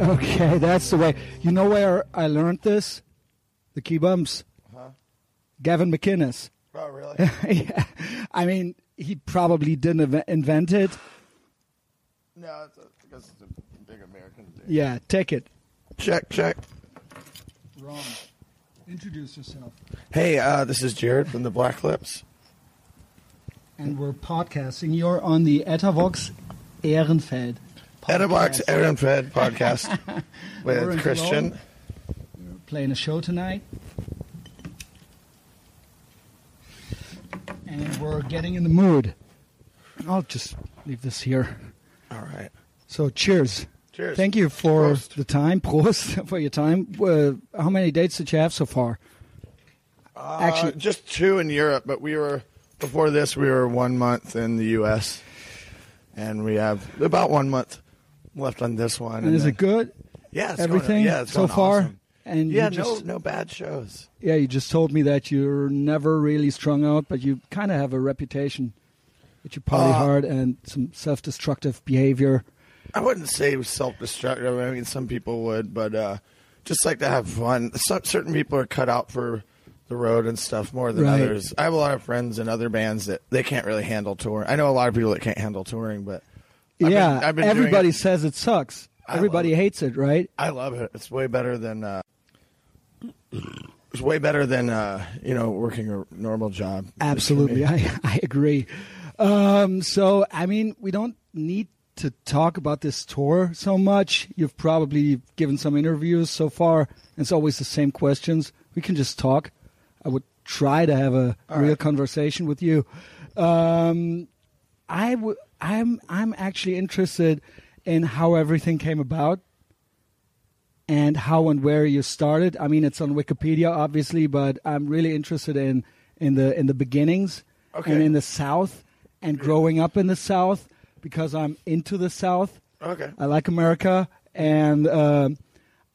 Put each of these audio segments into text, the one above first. Okay, that's the way. You know where I learned this? The key bumps. Huh? Gavin McInnes. Oh, really? yeah. I mean, he probably didn't inve- invent it. no, it's a, I guess it's a big American thing. Yeah, take it. Check, check. Wrong. Introduce yourself. Hey, uh, this is Jared from the Black Lips. And we're podcasting. You're on the Etavox Ehrenfeld. Edibox podcast. Aaron Fed podcast We're in with Christian. Cologne. We're playing a show tonight. And we're getting in the mood. I'll just leave this here. All right. So, cheers. Cheers. Thank you for Prost. the time, Prost, for your time. Uh, how many dates did you have so far? Uh, Actually- just two in Europe, but we were before this. We were one month in the U.S. and we have about one month left on this one. And is then- it good? Yeah, it's Everything going- yeah, it's so going far. awesome. And yeah, you just, no, no bad shows. yeah, you just told me that you're never really strung out, but you kind of have a reputation that you party Uh, hard and some self-destructive behavior. I wouldn't say self-destructive. I mean, some people would, but uh, just like to have fun. Some, certain people are cut out for the road and stuff more than Right. others. I have a lot of friends in other bands that they can't really handle touring. I know a lot of people that can't handle touring, but I've yeah, been, I've been doing everybody it. says it sucks. I love everybody it. hates it, right? I love it. It's way better than uh, it's way better than uh, you know working a normal job. Absolutely, I, I agree. Um, so, I mean, we don't need to talk about this tour so much. You've probably given some interviews so far, and it's always the same questions. We can just talk. I would try to have a real conversation with you. Um, I w- I'm I'm actually interested in how everything came about and how and where you started. I mean, it's on Wikipedia, obviously, but I'm really interested in in the in the beginnings Okay. and in the South and growing up in the South because I'm into the South. Okay. I like America, and um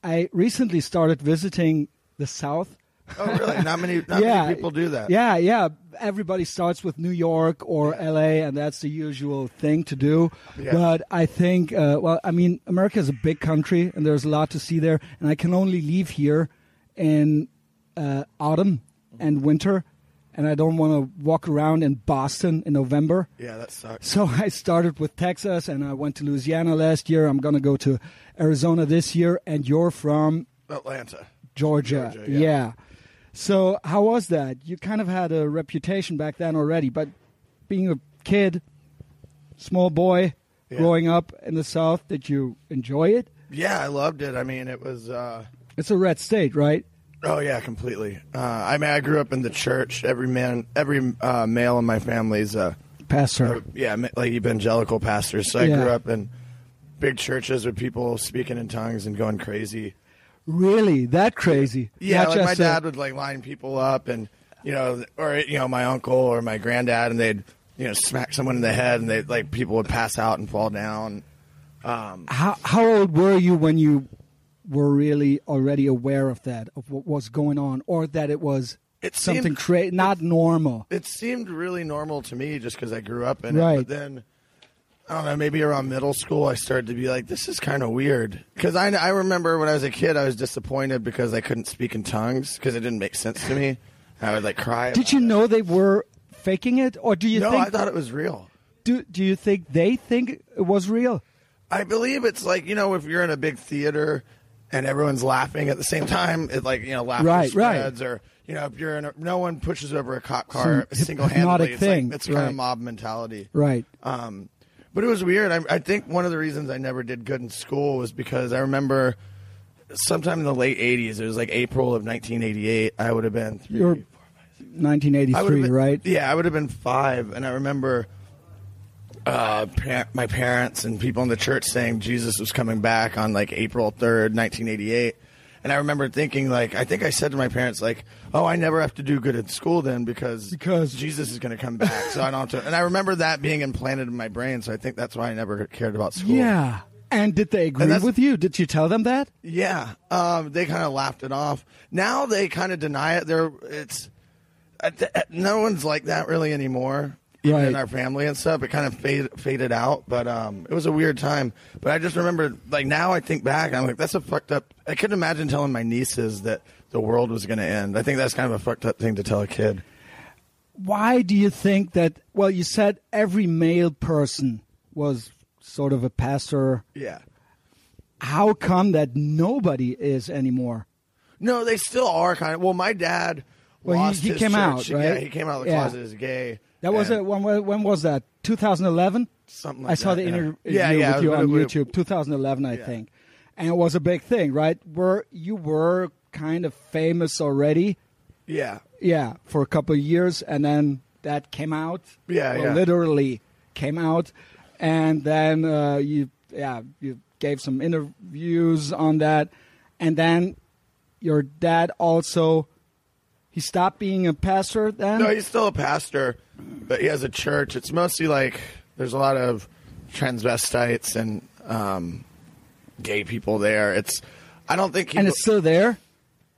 I recently started visiting the South. Oh, really? Not many. Not many people do that. Yeah, yeah. Everybody starts with New York or LA, and that's the usual thing to do. Yeah. But I think, uh, well, I mean, America is a big country, and there's a lot to see there. And I can only leave here in uh, autumn and winter, and I don't want to walk around in Boston in November. Yeah, that sucks. So I started with Texas, and I went to Louisiana last year. I'm going to go to Arizona this year, and you're from Atlanta. Georgia. Georgia, yeah. yeah. So how was that? You kind of had a reputation back then already, but being a kid, small boy, Yeah. growing up in the South, did you enjoy it? Yeah, I loved it. I mean, it was. Uh, It's a red state, right? Oh yeah, completely. Uh, I mean, I grew up in the church. Every man, every uh, male in my family's, uh, Pastor. uh, yeah, ma- like evangelical pastors. So I Yeah. grew up in big churches with people speaking in tongues and going crazy. really? That crazy? Yeah, Not like my just a- dad would like line people up, and you know, or you know, my uncle or my granddad, and they'd you know smack someone in the head, and they like people would pass out and fall down. How, how old were you when you were really already aware of that, of what was going on, or that it was It something seemed- cra- not normal? it seemed really normal to me just because I grew up in Right. it. But then, I don't know, maybe around middle school, I started to be like, this is kind of weird. Because I, I remember when I was a kid, I was disappointed because I couldn't speak in tongues because it didn't make sense to me. I would like cry. Did you about know they were faking it, or do It. you No, think I thought it was real. do do you think they think it was real? I believe it's like, you know, if you're in a big theater and everyone's laughing at the same time, it like, you know, laughter Right, right. spreads or, you know, if you're in a, no one pushes over a cop car Some single-handedly. hypnotic It's, like, thing, it's kind right. of mob mentality. Right. Um, but it was weird. I, I think one of the reasons I never did good in school was because I remember sometime in the late 80s, it was like April of 1988, I would have been three. You're I would have 1983, been- right? Yeah, I would have been five. And I remember uh, par- my parents and people in the church saying Jesus was coming back on like April 3rd, 1988. And I remember thinking, like, I think I said to my parents, like, oh, I never have to do good in school then because, Because- Jesus is going to come back. So I don't have to. And I remember that being implanted in my brain. So I think that's why I never cared about school. Yeah. And did they agree that's- with you? Did you tell them that? Yeah, um, they kind of laughed it off. Now uh, they kind of deny it. They're it's I th- no one's like that really anymore. even Right. in our family and stuff. It kind of fade, faded out, but um, it was a weird time. But I just remember, like now, I think back, and I'm like, that's a fucked up. I couldn't imagine telling my nieces that the world was going to end. I think that's kind of a fucked up thing to tell a kid. why do you think that well you said every male person was sort of a pastor Yeah. how come that nobody is anymore No, they still are kind of. Well, my dad Well, he- lost he his came out, church. right? Yeah, he came out of the Yeah. closet as gay. that was and- it when, when was that 2011 Something i like saw the that, yeah. interview Yeah, yeah, with it you was on when it- youtube 2011 i think and it was a big thing right were you were kind of famous already Yeah. yeah for a couple of years and then that came out Yeah, Well, yeah. literally came out and then uh, you yeah you gave some interviews on that and then your dad also he stopped being a pastor then No, he's still a pastor, but he has a church. It's mostly like there's a lot of transvestites and um, gay people there. It's I don't think he, and it's still there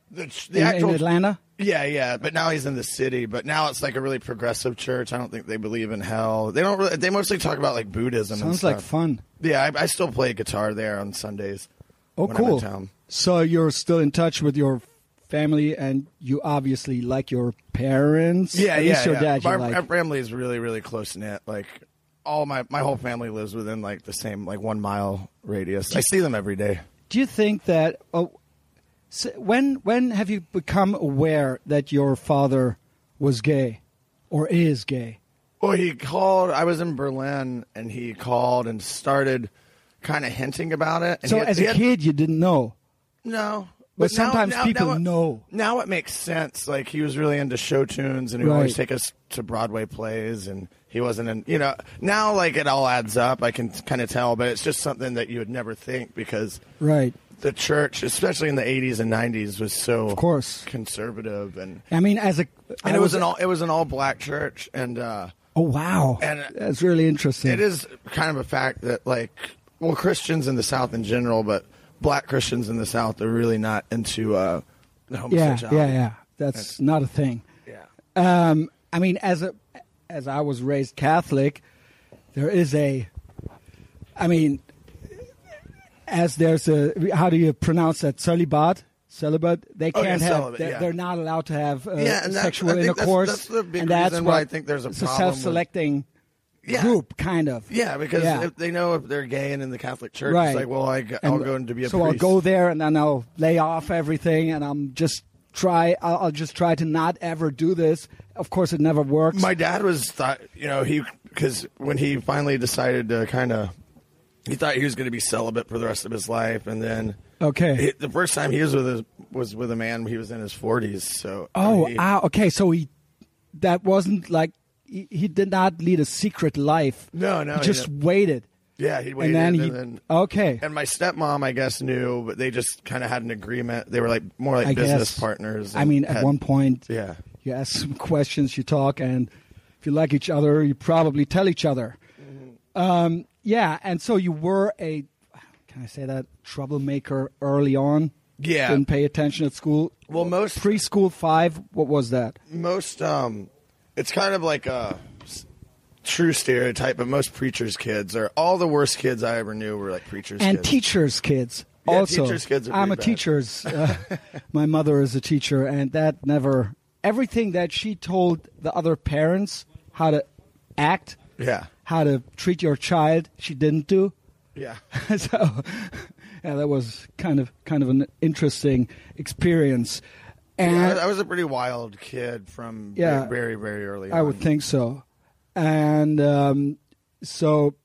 the, the in, in actual atlanta yeah yeah. But now he's in the city. But now it's like a really progressive church. I don't think they believe in hell. They don't. Really, they mostly talk about like Buddhism. and sounds like stuff. fun Yeah, I, I still play guitar there on Sundays. oh when I'm in cool town. so you're still in touch with your family and you obviously like your parents Yeah, at yeah, least your yeah. dad you Our, like. our family is really, really close knit. Like all my my whole family lives within like the same like one mile radius. I see them every day. Do you think that oh, s when when have you become aware that your father was gay or is gay? Well, he called. I was in Berlin, and he called and started kind of hinting about it. And So he had- as he a had- kid, you didn't know. no. But now- sometimes now- people now it- know. Now it makes sense. Like he was really into show tunes, and he would Right. always take us to Broadway plays, and he wasn't in. You know, now like it all adds up. I can kind of tell, but it's just something that you would never think because Right. the church, especially in the 80s and 90s, was so of course. conservative and I mean, as a and it was an all it was an all black church and uh, oh wow, and- that's really interesting. it is kind of a fact that like well Christians in the South in general, but black Christians in the South are really not into uh, Yeah, homosexuality. yeah, yeah. That's, not a thing. Yeah. Um, I mean, as a as I was raised Catholic, there is a. I mean, as there's a how do you pronounce that celibat? Celibate. They Oh, yeah, can't have. celibate, they're, yeah. they're not allowed to have uh, Yeah, and that's- sexual I think that's- intercourse. that's the big and that's reason why what- I think there's a it's problem with- self-selecting Yeah. group, kind of. Yeah, because Yeah. If they know if they're gay and in the Catholic Church, right. it's like, well, I, will And go into be a so priest. I'll go there and then I'll lay off everything and I'm just try. I'll, I'll just try to not ever do this. Of course, it never works. My dad was thought, you know, he because when he finally decided to kind of, he thought he was going to be celibate for the rest of his life, and then Okay. he, the first time he was with a, was with a man, he was in his forties. So Oh, he- ah, okay. So he, that wasn't like he, he did not lead a secret life. No, no, He he just didn't. waited. yeah, he and waited, then and, he. then- okay. and my stepmom, I guess, knew, but they just kind of had an agreement. They were like more like I business guess. partners. I and mean, at had- one point, yeah, you ask some questions, you talk, and if you like each other, you probably tell each other. Mm-hmm. Um, yeah, and so you were a, can I say that troublemaker early on? Yeah. Didn't pay attention at school. Well, most- preschool five. What was that? most um it's kind of like a s- true stereotype but most preachers kids are all the worst kids i ever knew were like preachers and kids. teachers' kids Yeah, also. teachers' kids are I'm pretty a bad. teacher's. Uh, my mother is a teacher, and that never. Everything that she told the other parents how to act, yeah how to treat your child, she didn't do. yeah so, yeah, that was kind of kind of an interesting experience, and I, I was a pretty wild kid from Yeah. yeah, very very early I would on. think so. And um, so,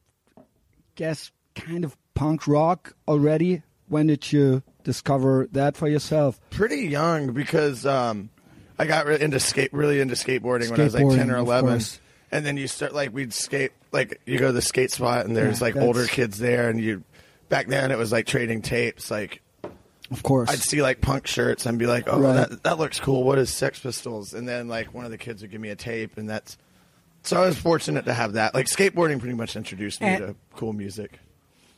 guess kind of punk rock already. When did you discover that for yourself? pretty young because um i got re- into skate really into skateboarding when i was like 10 or Skateboarding, of 11 course. and then you start like we'd skate like you go to the skate spot and there's Yeah, like that's- older kids there and you back then it was like trading tapes like Of course. I'd see like punk shirts and be like, "Oh, Right. that, that looks cool. What is Sex Pistols?" And then like one of the kids would give me a tape, and that's so I was fortunate to have that. Like skateboarding pretty much introduced me And- to cool music.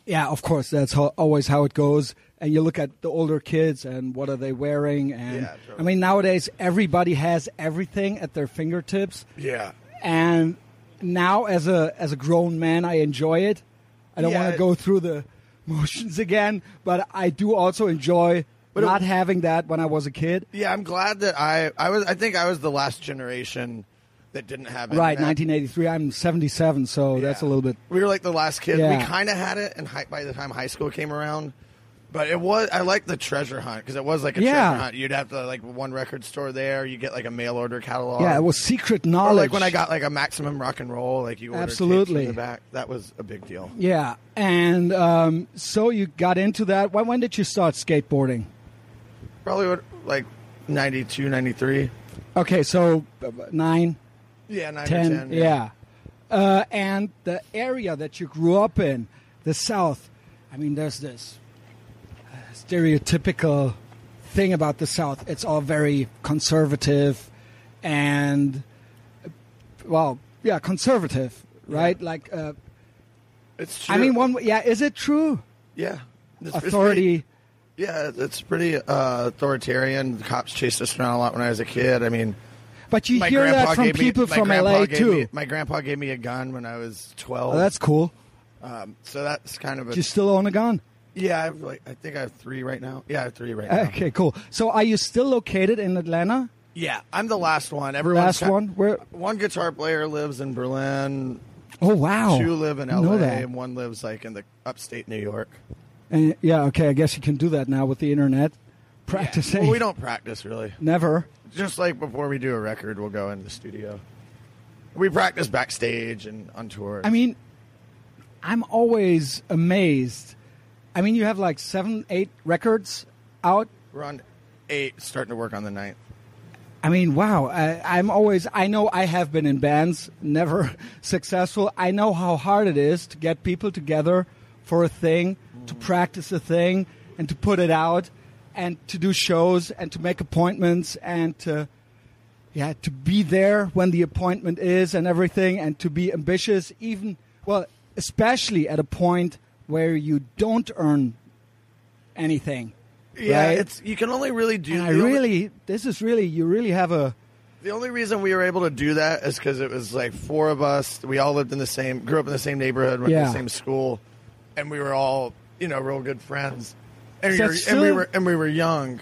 yeah, of course. That's how, always how it goes. And you look at the older kids and what are they wearing? And Yeah, totally. I mean, nowadays everybody has everything at their fingertips. Yeah, and now as a as a grown man, I enjoy it. I don't Yeah. want to go through the motions again, but I do also enjoy But it- not having that when I was a kid. Yeah, I'm glad that I I was I think I was the last generation that didn't have internet. Right, 1983. I'm 77, so that's a Yeah. little bit. We were like the last kid. Yeah. We kind of had it, and high, by the time high school came around, but it was I like the treasure hunt because it was like a Yeah. treasure hunt. You'd have to like one record store there. You get like a mail order catalog. Yeah, it was secret knowledge. Or like when I got like a maximum rock and roll, like you ordered tapes from Absolutely. the back. That was a big deal. Yeah, and um, so you got into that. When, when did you start skateboarding? Probably what, like 92, 93. Okay, so uh, nine, Yeah, 90, ten, 10. yeah. Uh, and the area that you grew up in, the South, I mean, there's this uh, stereotypical thing about the South. It's all very conservative and, uh, well, yeah, conservative, right? Like, uh, It's true. I mean, one, yeah, is it true? yeah. It's- it's Authority. pretty- yeah, it's pretty uh, authoritarian. The cops chased us around a lot when I was a kid. I mean, But you my hear grandpa that from gave me- people my from grandpa LA gave too. me- my grandpa gave me a gun when I was 12. Oh, that's cool. um, so that's kind of a Do you still own a gun? yeah. I, have like, I think I have three right now. Yeah, I have three right now. Okay, cool. So are you still located in Atlanta? Yeah, I'm the last one. Everyone's Last ki- one? Where? One guitar player lives in Berlin. Oh wow! Two live in I know LA, that. and one lives like in the upstate New York. And, yeah. Okay. I guess you can do that now with the internet. Practicing. Well, we don't practice really. Never. Just like before we do a record, we'll go into the studio. We practice backstage and on tour. I mean, I'm always amazed. I mean, you have like seven, eight records out. we're on eight, starting to work on the ninth. I mean, wow. I, I'm always. I know I have been in bands, never successful. I know how hard it is to get people together for a thing, to practice a thing, and to put it out, and to do shows, and to make appointments, and to. yeah, to be there when the appointment is and everything, and to be ambitious, even well, especially at a point where you don't earn anything. Yeah, right? it's you can only really do. and I the only- really, this is really, you really have a The only reason we were able to do that is because it was like four of us. We all lived in the same, grew up in the same neighborhood, went to Yeah. the same school, and we were all, you know, real good friends. And, Is we that were, and still- we were and we were young,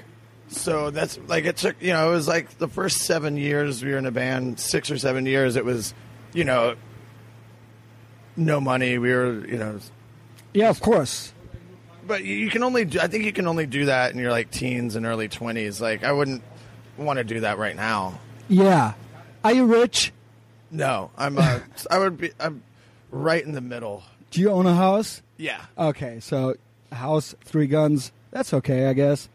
so that's like it took. You know, it was like the first seven years we were in a band, six or seven years. It was, you know, no money. We were, you know, yeah, of course. but you- you can only do. I think you can only do that in your like teens and early twenties. Like I wouldn't want to do that right now. Yeah, are you rich? No, I'm. Uh, I would be. I'm right in the middle. Do you own a house? Yeah. Okay, so house, three guns. That's okay, I guess.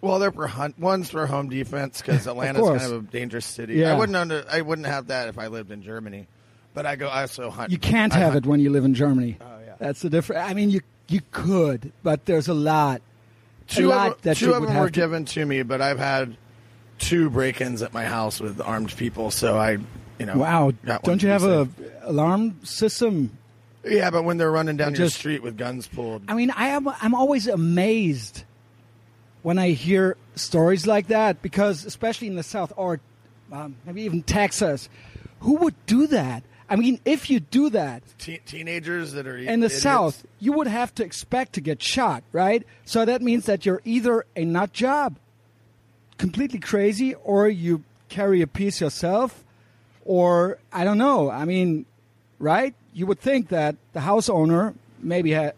Well, they're for hunt. One's for home defense because Atlanta's kind course. of a dangerous city. Yeah. I wouldn't. Under, I wouldn't have that if I lived in Germany. But I go. I also hunt. You can't have it when you live in Germany. Oh, yeah. That's the difference. I mean, you you could, but there's a lot. a Two of, lot them- that two you of would them have were to- given to me, but I've had two break-ins at my house with armed people. So I, you know. Wow! got one Don't you have piece a of- alarm system? Yeah, but when they're running down your Just- street with guns pulled, I mean, I am. I'm always amazed when I hear stories like that because, especially in the South or um, maybe even Texas, who would do that? I mean, if you do that Teen teenagers that are in the South, you would have to expect to get shot, right? So that means that you're either a nut job, completely crazy, or you carry a piece yourself, or I don't know. I mean, right? You would think that the house owner maybe ha-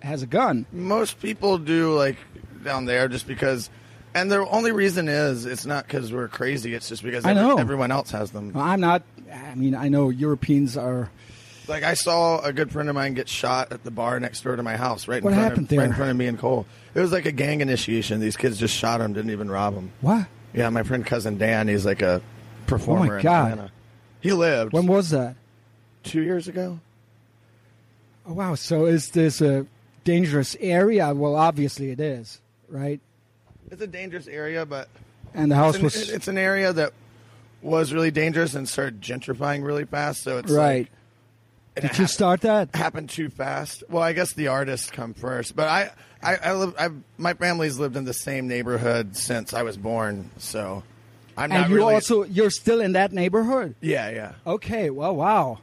has a gun. Most people do like down there just because, and the only reason is it's not because we're crazy. It's just because I know. everyone else has them. I'm not. I mean, I know Europeans are. Like I saw a good friend of mine get shot at the bar next door to my house, right? What in front happened of, there? Right in front of me and Cole. It was like a gang initiation. These kids just shot him, didn't even rob him. What? Yeah, my friend cousin Dan. He's like a performer. in Oh God. Atlanta. He lived When was that? two years ago. Oh, wow. So is this a dangerous area? Well, obviously it is, right? It's a dangerous area, but And the house it's an, was it's an area that was really dangerous and started gentrifying really fast. So it's right. like, Did you start that? happened too fast. Well, I guess the artists come first, but I, I, I live. I, my family's lived in the same neighborhood since I was born, so I'm And not you really. also you're still in that neighborhood. yeah, yeah. Okay. Well, wow.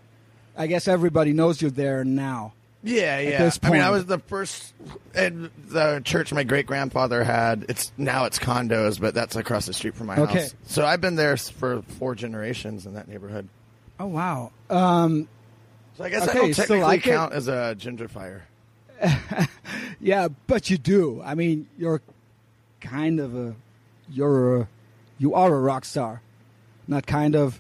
I guess everybody knows you're there now. Yeah, yeah. this I mean, I point. was the first and the church my great grandfather had. It's now it's condos, but that's across the street from my Okay. house. So I've been there s- for four generations in that neighborhood. Oh wow. Um, So I guess I Okay, don't so technically like it- count as a gentrifier. yeah, but you do. I mean, you're kind of a you're a, you are a rock star. Not kind of.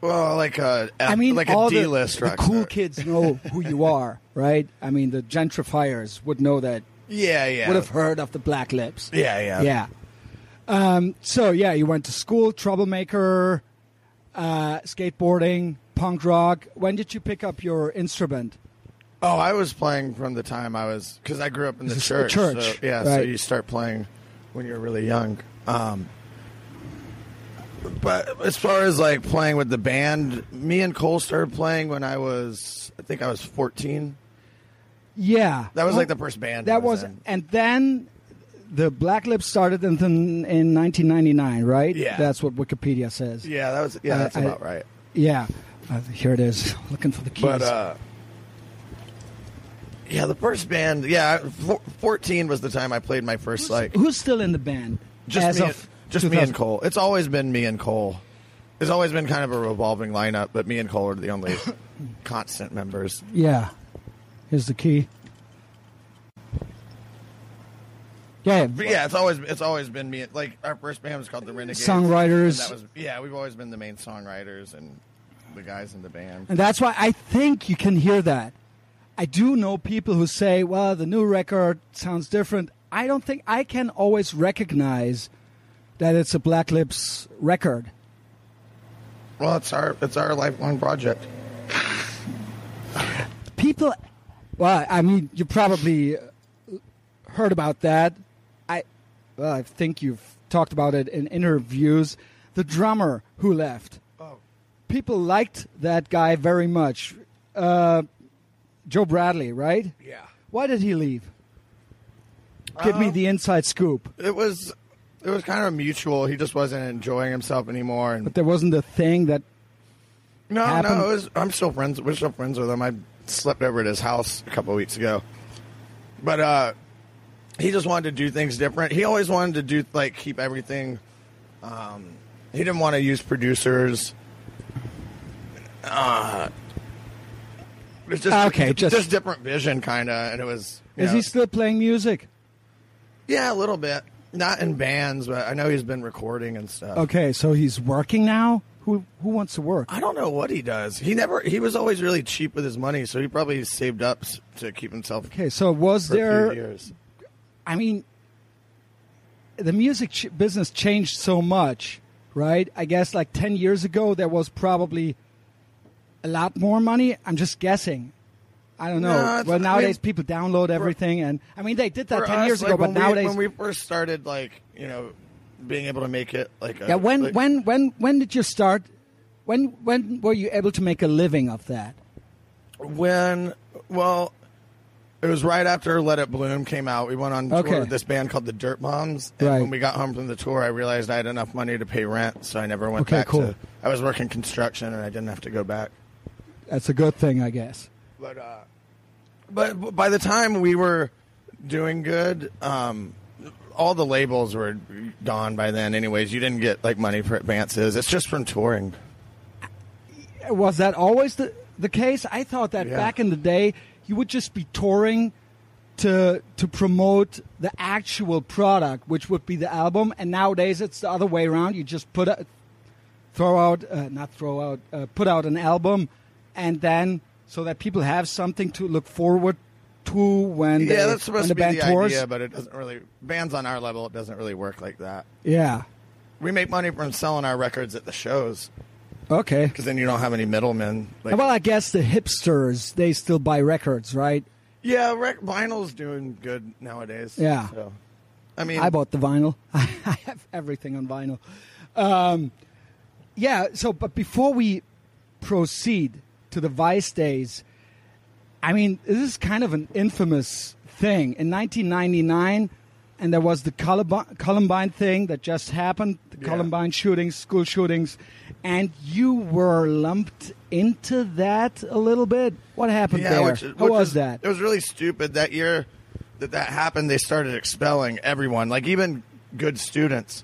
Well, like a I mean, Uh, like all a the- D list the, rock cool star. kids know who you are, right? I mean, the gentrifiers would know that. Yeah, yeah. Would have heard of the Black Lips. Yeah, yeah. Yeah. Um, so yeah, you went to school, troublemaker, uh, skateboarding, punk rock. When did you pick up your instrument? Oh, I was playing from the time I was because I grew up in the This is a church. church, so, yeah, so right. you start playing when you're really young. Um, but as far as like playing with the band, me and Cole started playing when I was, I think I was 14. Yeah, That was Well, like the first band. I that was, in. and then the Black Lips started in, in 1999, right? Yeah. that's what Wikipedia says. Yeah, that was. Yeah, I- that's I- about right. Yeah. Uh, here it is. Looking for the keys. But uh, yeah, the first band. Yeah, four- 14 was the time I played my first like who's still in the band? just as of me, and, just me 2000? and Cole. It's always been me and Cole. It's always been kind of a revolving lineup, but me and Cole are the only constant members. Yeah. Here's the key. Yeah. But yeah, it's always it's always been me. Like our first band was called the Renegades. Songwriters. And that was yeah. We've always been the main songwriters and the guys in the band. And that's why I think you can hear that. I do know people who say, well, the new record sounds different. I don't think I can always recognize that it's a Black Lips record. Well, it's our it's our lifelong project. People, well, I mean, you probably uh, heard about that. I, well, I think you've talked about it in interviews. The drummer who left. Oh. People liked that guy very much. Uh, Joe Bradley, right? Yeah. Why did he leave? Give me Um, the inside scoop. It was it was kind of mutual. He just wasn't enjoying himself anymore. And But there wasn't a thing that. No, happened? no, it was, I'm still friends. We're still friends with him. I slept over at his house a couple weeks ago, but uh, he just wanted to do things different. He always wanted to do like keep everything. Um, he didn't want to use producers. Uh, it's just Okay, just- just different vision, kind of, and it was. you Is know- he still playing music? yeah, a little bit. Not in bands, but I know he's been recording and stuff. Okay, so he's working now. Who who wants to work? I don't know what he does. He never. He was always really cheap with his money, so he probably saved up s- to keep himself Okay, so was for a few there? years. I mean, the music ch- business changed so much, right? I guess like ten years ago, there was probably a lot more money. I'm just guessing. I don't No, know. it's- I well, mean, nowadays people download everything, and I mean they did that For ten us, years like, ago, but when nowadays we, when we first started, like you know, being able to make it like a, Yeah, when like- when when when did you start? When when were you able to make a living of that? when well, it was right after Let It Bloom came out. We went on Okay. tour with this band called the Dirt Bombs, and Right. when we got home from the tour, I realized I had enough money to pay rent, so I never went Okay, back. cool. To, I was working construction, and I didn't have to go back. That's a good thing, I guess. But uh, but but by the time we were doing good, um, all the labels were gone by then. Anyways, you didn't get like money for advances. It's just from touring. Was that always the the case? I thought that Yeah. back in the day, you would just be touring to to promote the actual product, which would be the album. And nowadays, it's the other way around. You just put a, throw out, uh, not throw out, uh, put out an album, and then so that people have something to look forward to when they, yeah, that's when the supposed to be band the tours. idea, but it doesn't really. Bands on our level, it doesn't really work like that. Yeah. We make money from selling our records at the shows Okay. because then you don't have any middlemen. Like, Well, I guess the hipsters they still buy records, right? yeah, rec- vinyl's doing good nowadays. Yeah. So, I mean, I bought the vinyl. I have everything on vinyl. Um, yeah. So, but before we proceed to the Vice days, I mean, this is kind of an infamous thing in 1999, and there was the Columbi- Columbine thing that just happened, the Yeah. Columbine shootings, school shootings, and you were lumped into that a little bit? What happened Yeah, there? which, How which was is- that? It was really stupid that year that that happened. They started expelling everyone, like even good students.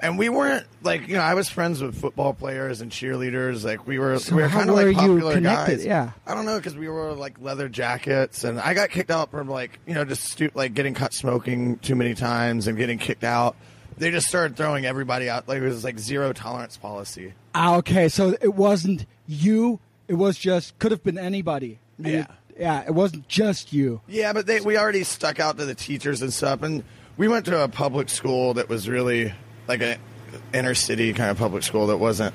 And we weren't like you know I was friends with football players and cheerleaders. Like we were, we were how kind of were you like popular connected? guys. Yeah. I don't know because we were like leather jackets, and I got kicked out from like you know just stu- like getting caught smoking too many times and getting kicked out. They just started throwing everybody out. Like it was like zero tolerance policy. Ah, okay, so it wasn't you. It was just could have been anybody. And Yeah. it- yeah. It wasn't just you. Yeah, but they, we already stuck out to the teachers and stuff, and we went to a public school that was really like an inner city kind of public school that wasn't.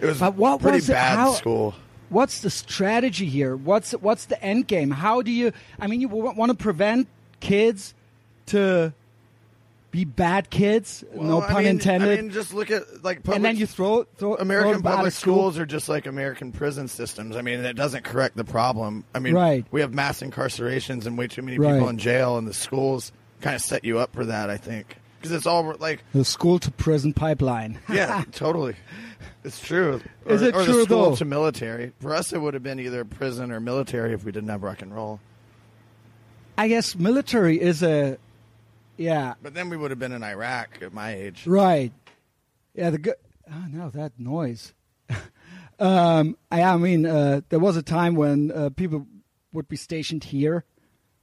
It was But Uh, what pretty was it- bad how- school. What's the strategy here? What's what's the end game? How do you? I mean, you want to prevent kids to be bad kids. no Well, I pun mean- intended. I mean, just look at like public, and then you throw throw throw American them out public of school. schools are just like American prison systems. I mean, it doesn't correct the problem. I mean, Right. we have mass incarcerations and way too many Right. people in jail, and the schools kind of set you up for that. I think because it's all like The school to prison pipeline. yeah, totally. It's true. Is or, it or true, the school though? to military. For us, it would have been either prison or military if we didn't have rock and roll. I guess military is a yeah But then we would have been in Iraq at my age. right yeah the good oh no that noise um I, I mean uh there was a time when uh, people would be stationed here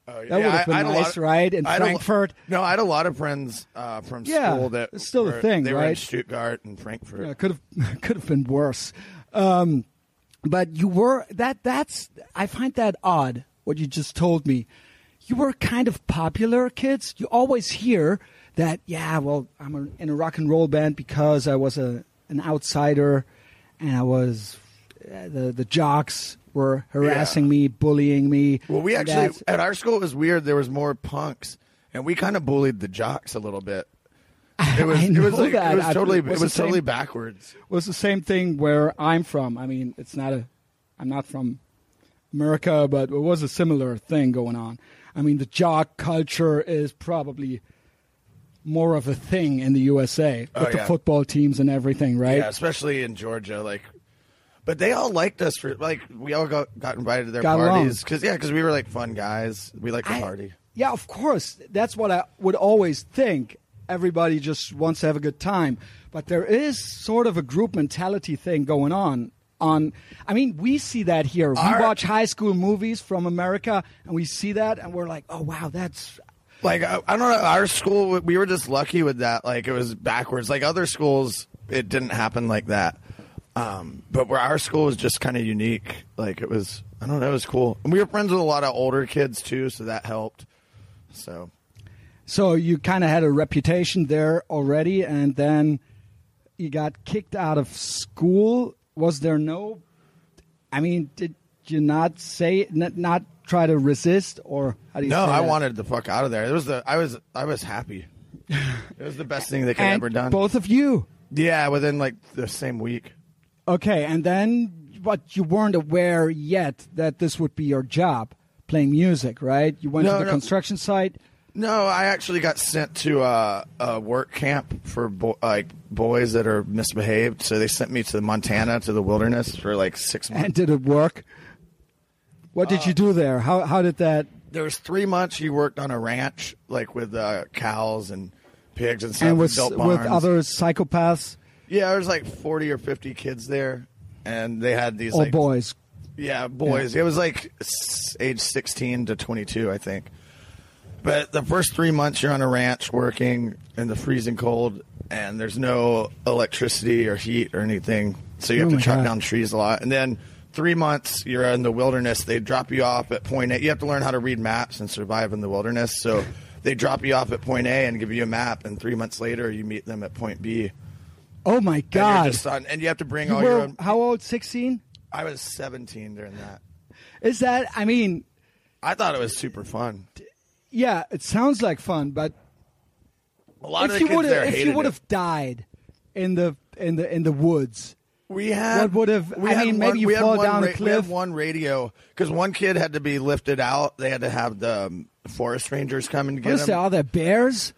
Oh, That would have been I had a lot nice, right, in I had a lo- Frankfurt? no, I had a lot of friends uh, from Yeah, school that it's still a were- thing, They were in right? Stuttgart and Frankfurt. Yeah, could have could have been worse. Um, but you were that. That's I find that odd. What you just told me, you were kind of popular, kids. You always hear that. Yeah, well, I'm a, in a rock and roll band because I was a an outsider, and I was uh, the the jocks were harassing Yeah. me, bullying me. Well, we and actually that's- at our school it was weird. There was more punks, and we kind of bullied the jocks a little bit. It was I it was know like that. it was I- totally was it the was totally same- backwards. was the same thing where I'm from. I mean, it's not a, I'm not from America, but it was a similar thing going on. I mean, the jock culture is probably more of a thing in the USA with Oh, the yeah. football teams and everything, right? Yeah, especially in Georgia, like. But they all liked us for like we all got, got invited to their Got along. parties because yeah, because we were like fun guys. We like to I- party. Yeah, of course. That's what I would always think. Everybody just wants to have a good time, but there is sort of a group mentality thing going on. On, I mean, we see that here. We Our- watch high school movies from America, and we see that, and we're like, "Oh wow, that's Like I, I don't know, our school we were just lucky with that. Like it was backwards. Like other schools, it didn't happen like that. Um, but where our school was just kind of unique. Like it was, I don't know, it was cool. And we were friends with a lot of older kids too, so that helped. So So you kind of had a reputation there already, and then you got kicked out of school. Was there no? I mean, did you not say not, not try to resist, or how do you? no, say I that? wanted the fuck out of there. It was the I was I was happy. It was the best thing they could and ever done. Both of you. Yeah, within like the same week. Okay, and then but you weren't aware yet that this would be your job, playing music, right? You went No, to the no. construction site. No, I actually got sent to a, a work camp for bo- like boys that are misbehaved. So they sent me to Montana to the wilderness for like six months. And did it work? What Uh, did you do there? How how did that? there was three months you worked on a ranch, like with uh, cows and pigs and stuff. And with built with barns. other psychopaths yeah, there was like forty or fifty kids there, and they had these or like Oh, boys? Yeah, boys. It was like s- age 16 to 22, I think. But the first three months you're on a ranch working in the freezing cold, and there's no electricity or heat or anything. So you Oh have my to chop God. down trees a lot. And then three months you're in the wilderness. They drop you off at point A. You have to learn how to read maps and survive in the wilderness. So they drop you off at point A and give you a map. And three months later, you meet them at point B. Oh my And, you're God! just oh, on, and you have to bring You all were your own. how old? Sixteen? I was 17 during that. Is that? I mean, I thought it was super fun. yeah, it sounds like fun, but A if lot of the you kids would there have if you hated would it. have died in the in the in the woods, we what had would have- we I had mean, one- maybe you we had fall one down a ra- We had cliff. one radio because one kid had to be lifted out. They had to have the um, forest rangers come and what get is there? him. Are there bears?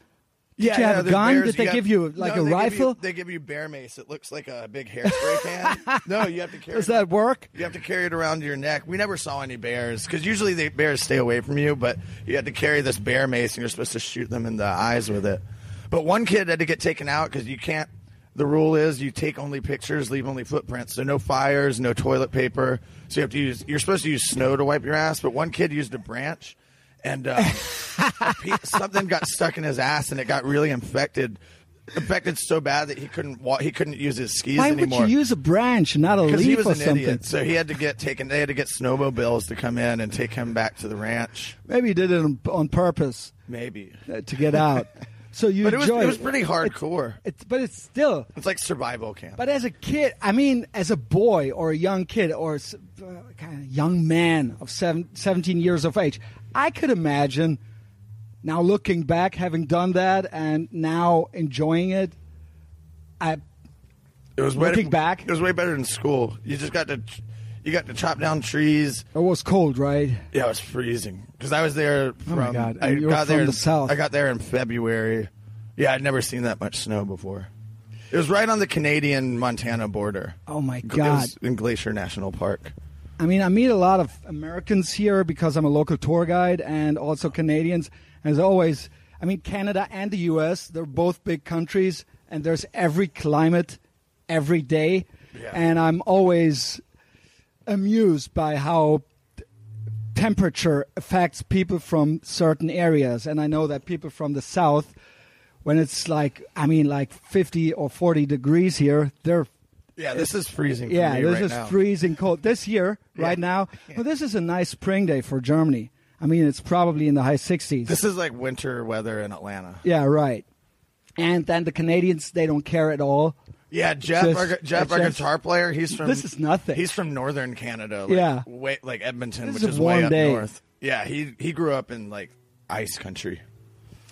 Did you have a there's gun? bears, Did they got- give you like No, a they give you- rifle? they give you bear mace. It looks like a big hairspray can. no, you have to carry. Does that work? You have to carry it around your neck. We never saw any bears because usually the bears stay away from you, but you had to carry this bear mace and you're supposed to shoot them in the eyes with it. But one kid had to get taken out because you can't. The rule is you take only pictures, leave only footprints. So no fires, no toilet paper. So you have to use. You're supposed to use snow to wipe your ass, but one kid used a branch, and uh, a pe- something got stuck in his ass and it got really infected. Infected so bad that he couldn't walk. He couldn't use his skis Why anymore. would you use a branch, not a Because leaf he was or an something? idiot, so he had to get taken. They had to get snowmobiles to come in and take him back to the ranch. Maybe you did it on, on purpose Maybe, uh, to get out. so you but it was enjoy it was pretty hardcore. It's, but it's still. It's like survival camp. But as a kid, I mean, as a boy or a young kid or s- uh, kind of young man of seven, 17 years of age, I could imagine now looking back, having done that and now enjoying it. I it was way- looking back- It was way better than school. You just got to you got to chop down trees. it was cold, right? Yeah, it was freezing because I was there from. Oh my God, I and you were got from there the in- South. I got there in February. Yeah, I'd never seen that much snow before. It was right on the Canadian Montana border. Oh my It God. was in Glacier National Park. I mean, I meet a lot of Americans here because I'm a local tour guide and also Canadians. As always, I mean, Canada and the US, they're both big countries and there's every climate every day. Yeah. And I'm always amused by how t- temperature affects people from certain areas. And I know that people from the South, when it's like, I mean, like 50 or 40 degrees here, they're Yeah, this is freezing. For yeah, me this right is now. freezing cold. This year, right now, well, this is a nice spring day for Germany. I mean, it's probably in the high 60s. This is like winter weather in Atlanta. yeah, right. And then the Canadians, they don't care at all. Yeah, Jeff, Just- our, gu- Jeff, our just- guitar player, he's from. This is nothing. He's from northern Canada. Like, Yeah. way, like Edmonton, This which is a is way warm up day. north. Yeah, he he grew up in like ice country.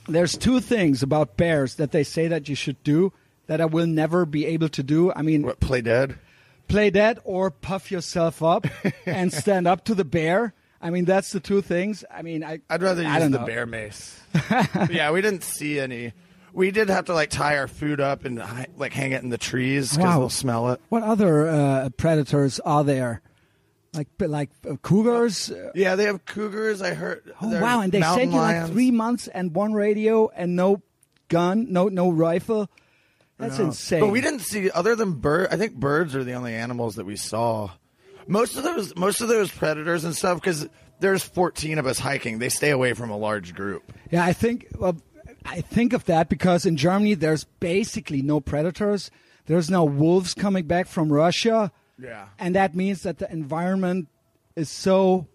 There's two things about bears that they say that you should do that I will never be able to do. I mean, What play dead? play dead or puff yourself up and stand up to the bear. I mean, that's the two things. I mean, I I'd rather I use don't the know. bear mace. yeah, we didn't see any. We did have to like tie our food up and hi- like hang it in the trees because Wow. they'll smell it. What other uh, predators are there? Like like uh, cougars, Yeah, they have cougars. I heard. Oh, wow, and they sent you like three months and one radio and no gun, no no rifle. That's insane. But we didn't see other than bird. I think birds are the only animals that we saw. Most of those, most of those predators and stuff, because there's 14 of us hiking. They stay away from a large group. Yeah, I think well, I think of that because in Germany there's basically no predators. There's no wolves coming back from Russia. Yeah. and that means that the environment is so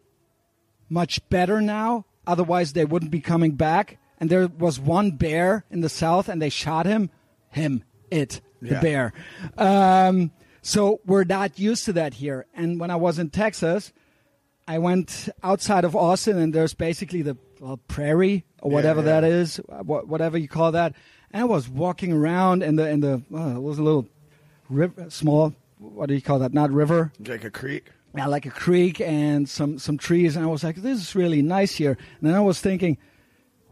much better now. Otherwise, they wouldn't be coming back. And there was one bear in the south, and they shot him. Him, it, the Yeah. bear. Um, so we're not used to that here. And when I was in Texas, I went outside of Austin, and there's basically the well, prairie or whatever yeah. that is, uh, wha- whatever you call that. And I was walking around, and the and the well, it was a little river, small. What do you call that? Not river Like a creek. yeah, like a creek and some some trees, and I was like, "This is really nice here." And then I was thinking,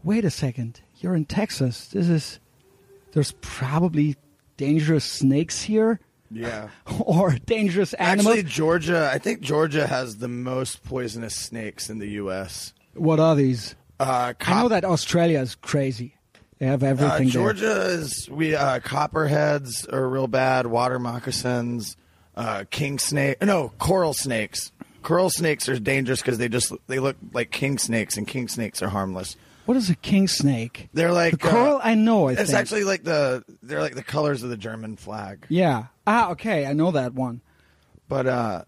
"Wait a second, you're in Texas. This is there's probably dangerous snakes here, Yeah. or dangerous animals. Actually, Georgia. I think Georgia has the most poisonous snakes in the U.S. what are these? Uh, I know cop- that Australia is crazy. They have uh, everything there. Georgia is we uh, copperheads are real bad. Water moccasins, uh, king snake. No, coral snakes. Coral snakes are dangerous because they just they look like king snakes, and king snakes are harmless. What is a king snake? They're like the coral. uh, I know. I it's think. actually like the they're like the colors of the German flag, yeah. Ah, okay. I know that one. but uh,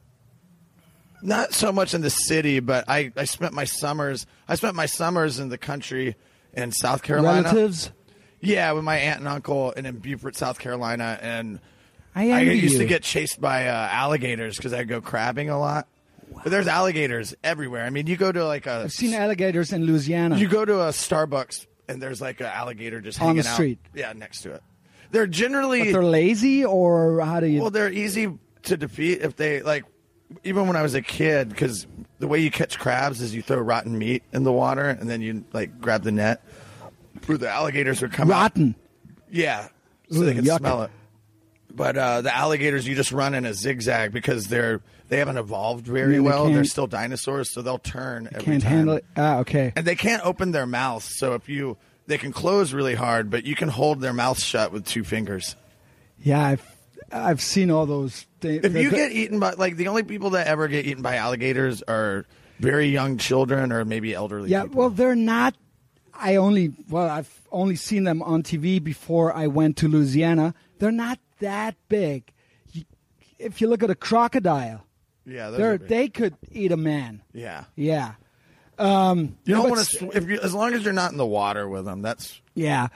not so much in the city. But I I spent my summers I spent my summers in the country in South Carolina. Relatives. Yeah, with my aunt and uncle, and in Beaufort, South Carolina, and I I envy used to you. get chased by uh, alligators because I go crabbing a lot. But there's alligators everywhere. I mean, you go to like a I've seen alligators in Louisiana. you go to a Starbucks and there's like an alligator just On the hanging out. street. Yeah, next to it. They're generally they're lazy, or how do you? well, they're easy to defeat if they like. Even when I was a kid, because the way you catch crabs is you throw rotten meat in the water and then you like grab the net. where the alligators would come out. Rotten. Yeah, so they Ooh, can yuck. smell it. But uh, the alligators, you just run in a zigzag because they're they haven't evolved very Yeah, they well. They're can't- still dinosaurs, so they'll turn. Every Can't time. handle it. Ah, okay. and they can't open their mouths. So if you, they can close really hard, but you can hold their mouth shut with two fingers. Yeah, I've I've seen all those. Things. If you get eaten by, like, the only people that ever get eaten by alligators are very young children or maybe elderly. yeah, people. well, they're not. I only well, I've only seen them on TV before I went to Louisiana. They're not that big. You, if you look at a crocodile, yeah, those they're are big. they could eat a man. yeah. Yeah, You Yeah, don't but want s- to, if you, as long as you're not in the water with them. That's yeah,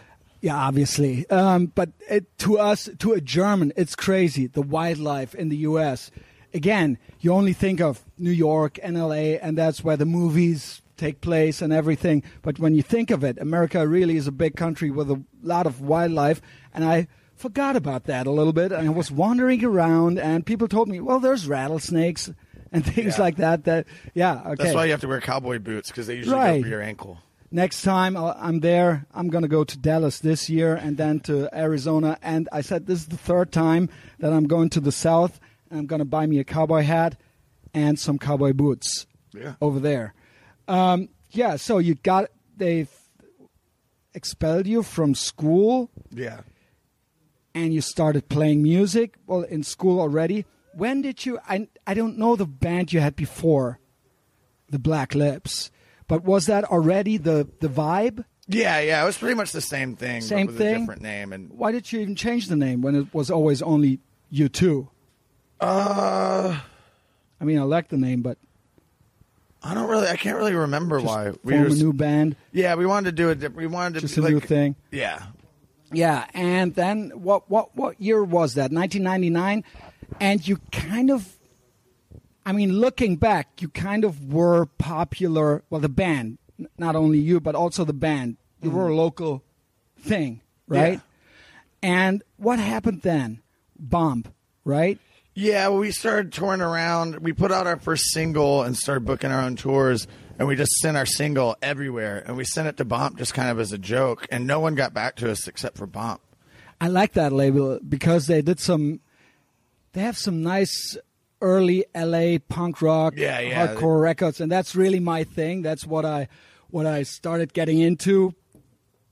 yeah. Obviously, um, but it, to us, to a German, it's crazy. The wildlife in the U.S. Again, you only think of New York and L.A., and that's where the movies take place and everything. But when you think of it, America really is a big country with a lot of wildlife, and I forgot about that a little bit. And I was wandering around, and people told me, "Well, there's rattlesnakes." And things Yeah. like that. That yeah. Okay. that's why you have to wear cowboy boots because they usually Right. go over your ankle. next time I'll, I'm there, I'm going to go to Dallas this year and then to Arizona. And I said, this is the third time that I'm going to the South and I'm going to buy me a cowboy hat and some cowboy boots Yeah. over there. Um, yeah, so you got, they've expelled you from school Yeah. and you started playing music well in school already. When did you? I I don't know the band you had before, the Black Lips, but was that already the the vibe? Yeah, yeah, it was pretty much the same thing, Same but with a thing? different name. And Why did you even change the name when it was always only you two? uh, I mean, I like the name, but I don't really, I can't really remember why. Uh, We form just- a new band, yeah, we wanted to do it. di- We wanted to just be a new like- thing. Yeah, Yeah, and then what? What? What year was that? 1999, and you kind of, I mean, looking back, you kind of were popular. Well, the band, n- not only you, but also the band. You were Mm-hmm. a local thing, right? And what happened then? Bomb, right? yeah. Well, we started touring around. We put out our first single and started booking our own tours. And we just sent our single everywhere, and we sent it to Bomp just kind of as a joke, and no one got back to us except for Bomp. I like that label because they did some. They have some nice early LA punk rock, Yeah, yeah. hardcore records, and that's really my thing. That's what I what I started getting into.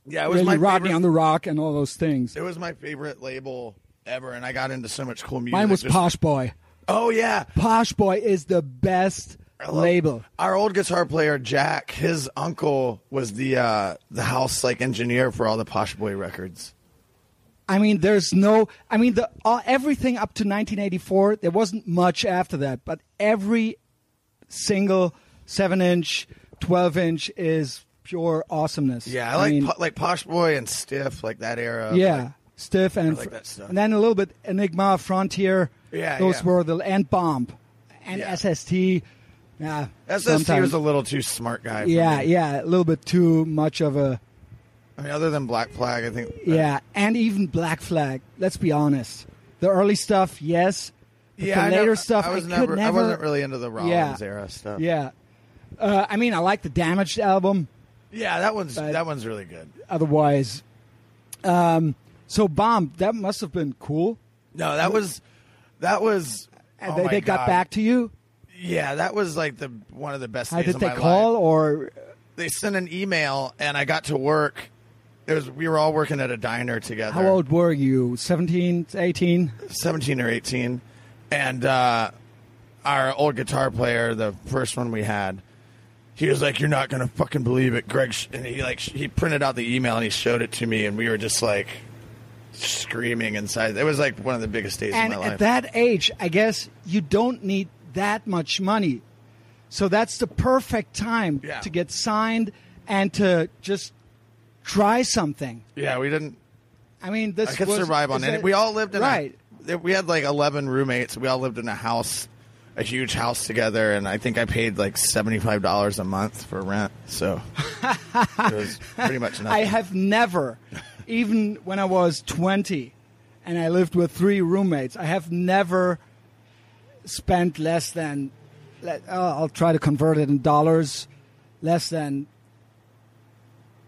Yeah, it was Really, my Rodney favorite, on the Rock and all those things. It was my favorite label ever, and I got into so much cool music. Mine was just- Posh Boy. Oh yeah, Posh Boy is the best love- label. Our old guitar player Jack, his uncle was the uh, the house like engineer for all the Posh Boy records. I mean, there's no. I mean, the all, everything up to 1984. There wasn't much after that, but every single seven-inch, twelve-inch is pure awesomeness. Yeah, I, like mean, po- like Posh Boy and Stiff, like that era. yeah, Like, stiff and like that stuff. and then a little bit Enigma, Frontier. Yeah, those yeah. were the and Bomb, and Yeah. SST. Yeah, SST sometimes. was a little too smart guy. For Yeah, me. yeah, a little bit too much of a I mean, other than Black Flag, I think. uh, yeah, and even Black Flag. Let's be honest, the early stuff, yes, but yeah. I the later never- stuff, I was could never, never. I wasn't really into the Yeah. Rollins era stuff. Yeah, uh, I mean, I like the Damaged album. yeah. That one's But- that one's really good. Otherwise, um, so bomb that must have been cool. No, that was that was. And oh they, my they got God. back to you. Yeah, that was like the one of the best. How days did of they my call life. or? they sent an email and I got to work. It was we were all working at a diner together. How old were you? 17, 18? Seventeen or eighteen. And uh, our old guitar player, the first one we had, he was like, "You're not gonna fucking believe it, Greg." sh-" And he like sh- he printed out the email and he showed it to me, and we were just like screaming inside. It was like one of the biggest days And of my life. at that age, I guess you don't need that much money. So that's the perfect time Yeah. to get signed and to just try something. yeah, we didn't. I mean, this I could was- survive on is any. that- we all lived in right. A, we had like eleven roommates. We all lived in a house, a huge house together, and I think I paid like seventy five dollars a month for rent. So it was pretty much nothing. I have never, even when I was 20 and I lived with three roommates, I have never spent less than, let, oh, I'll try to convert it in dollars, less than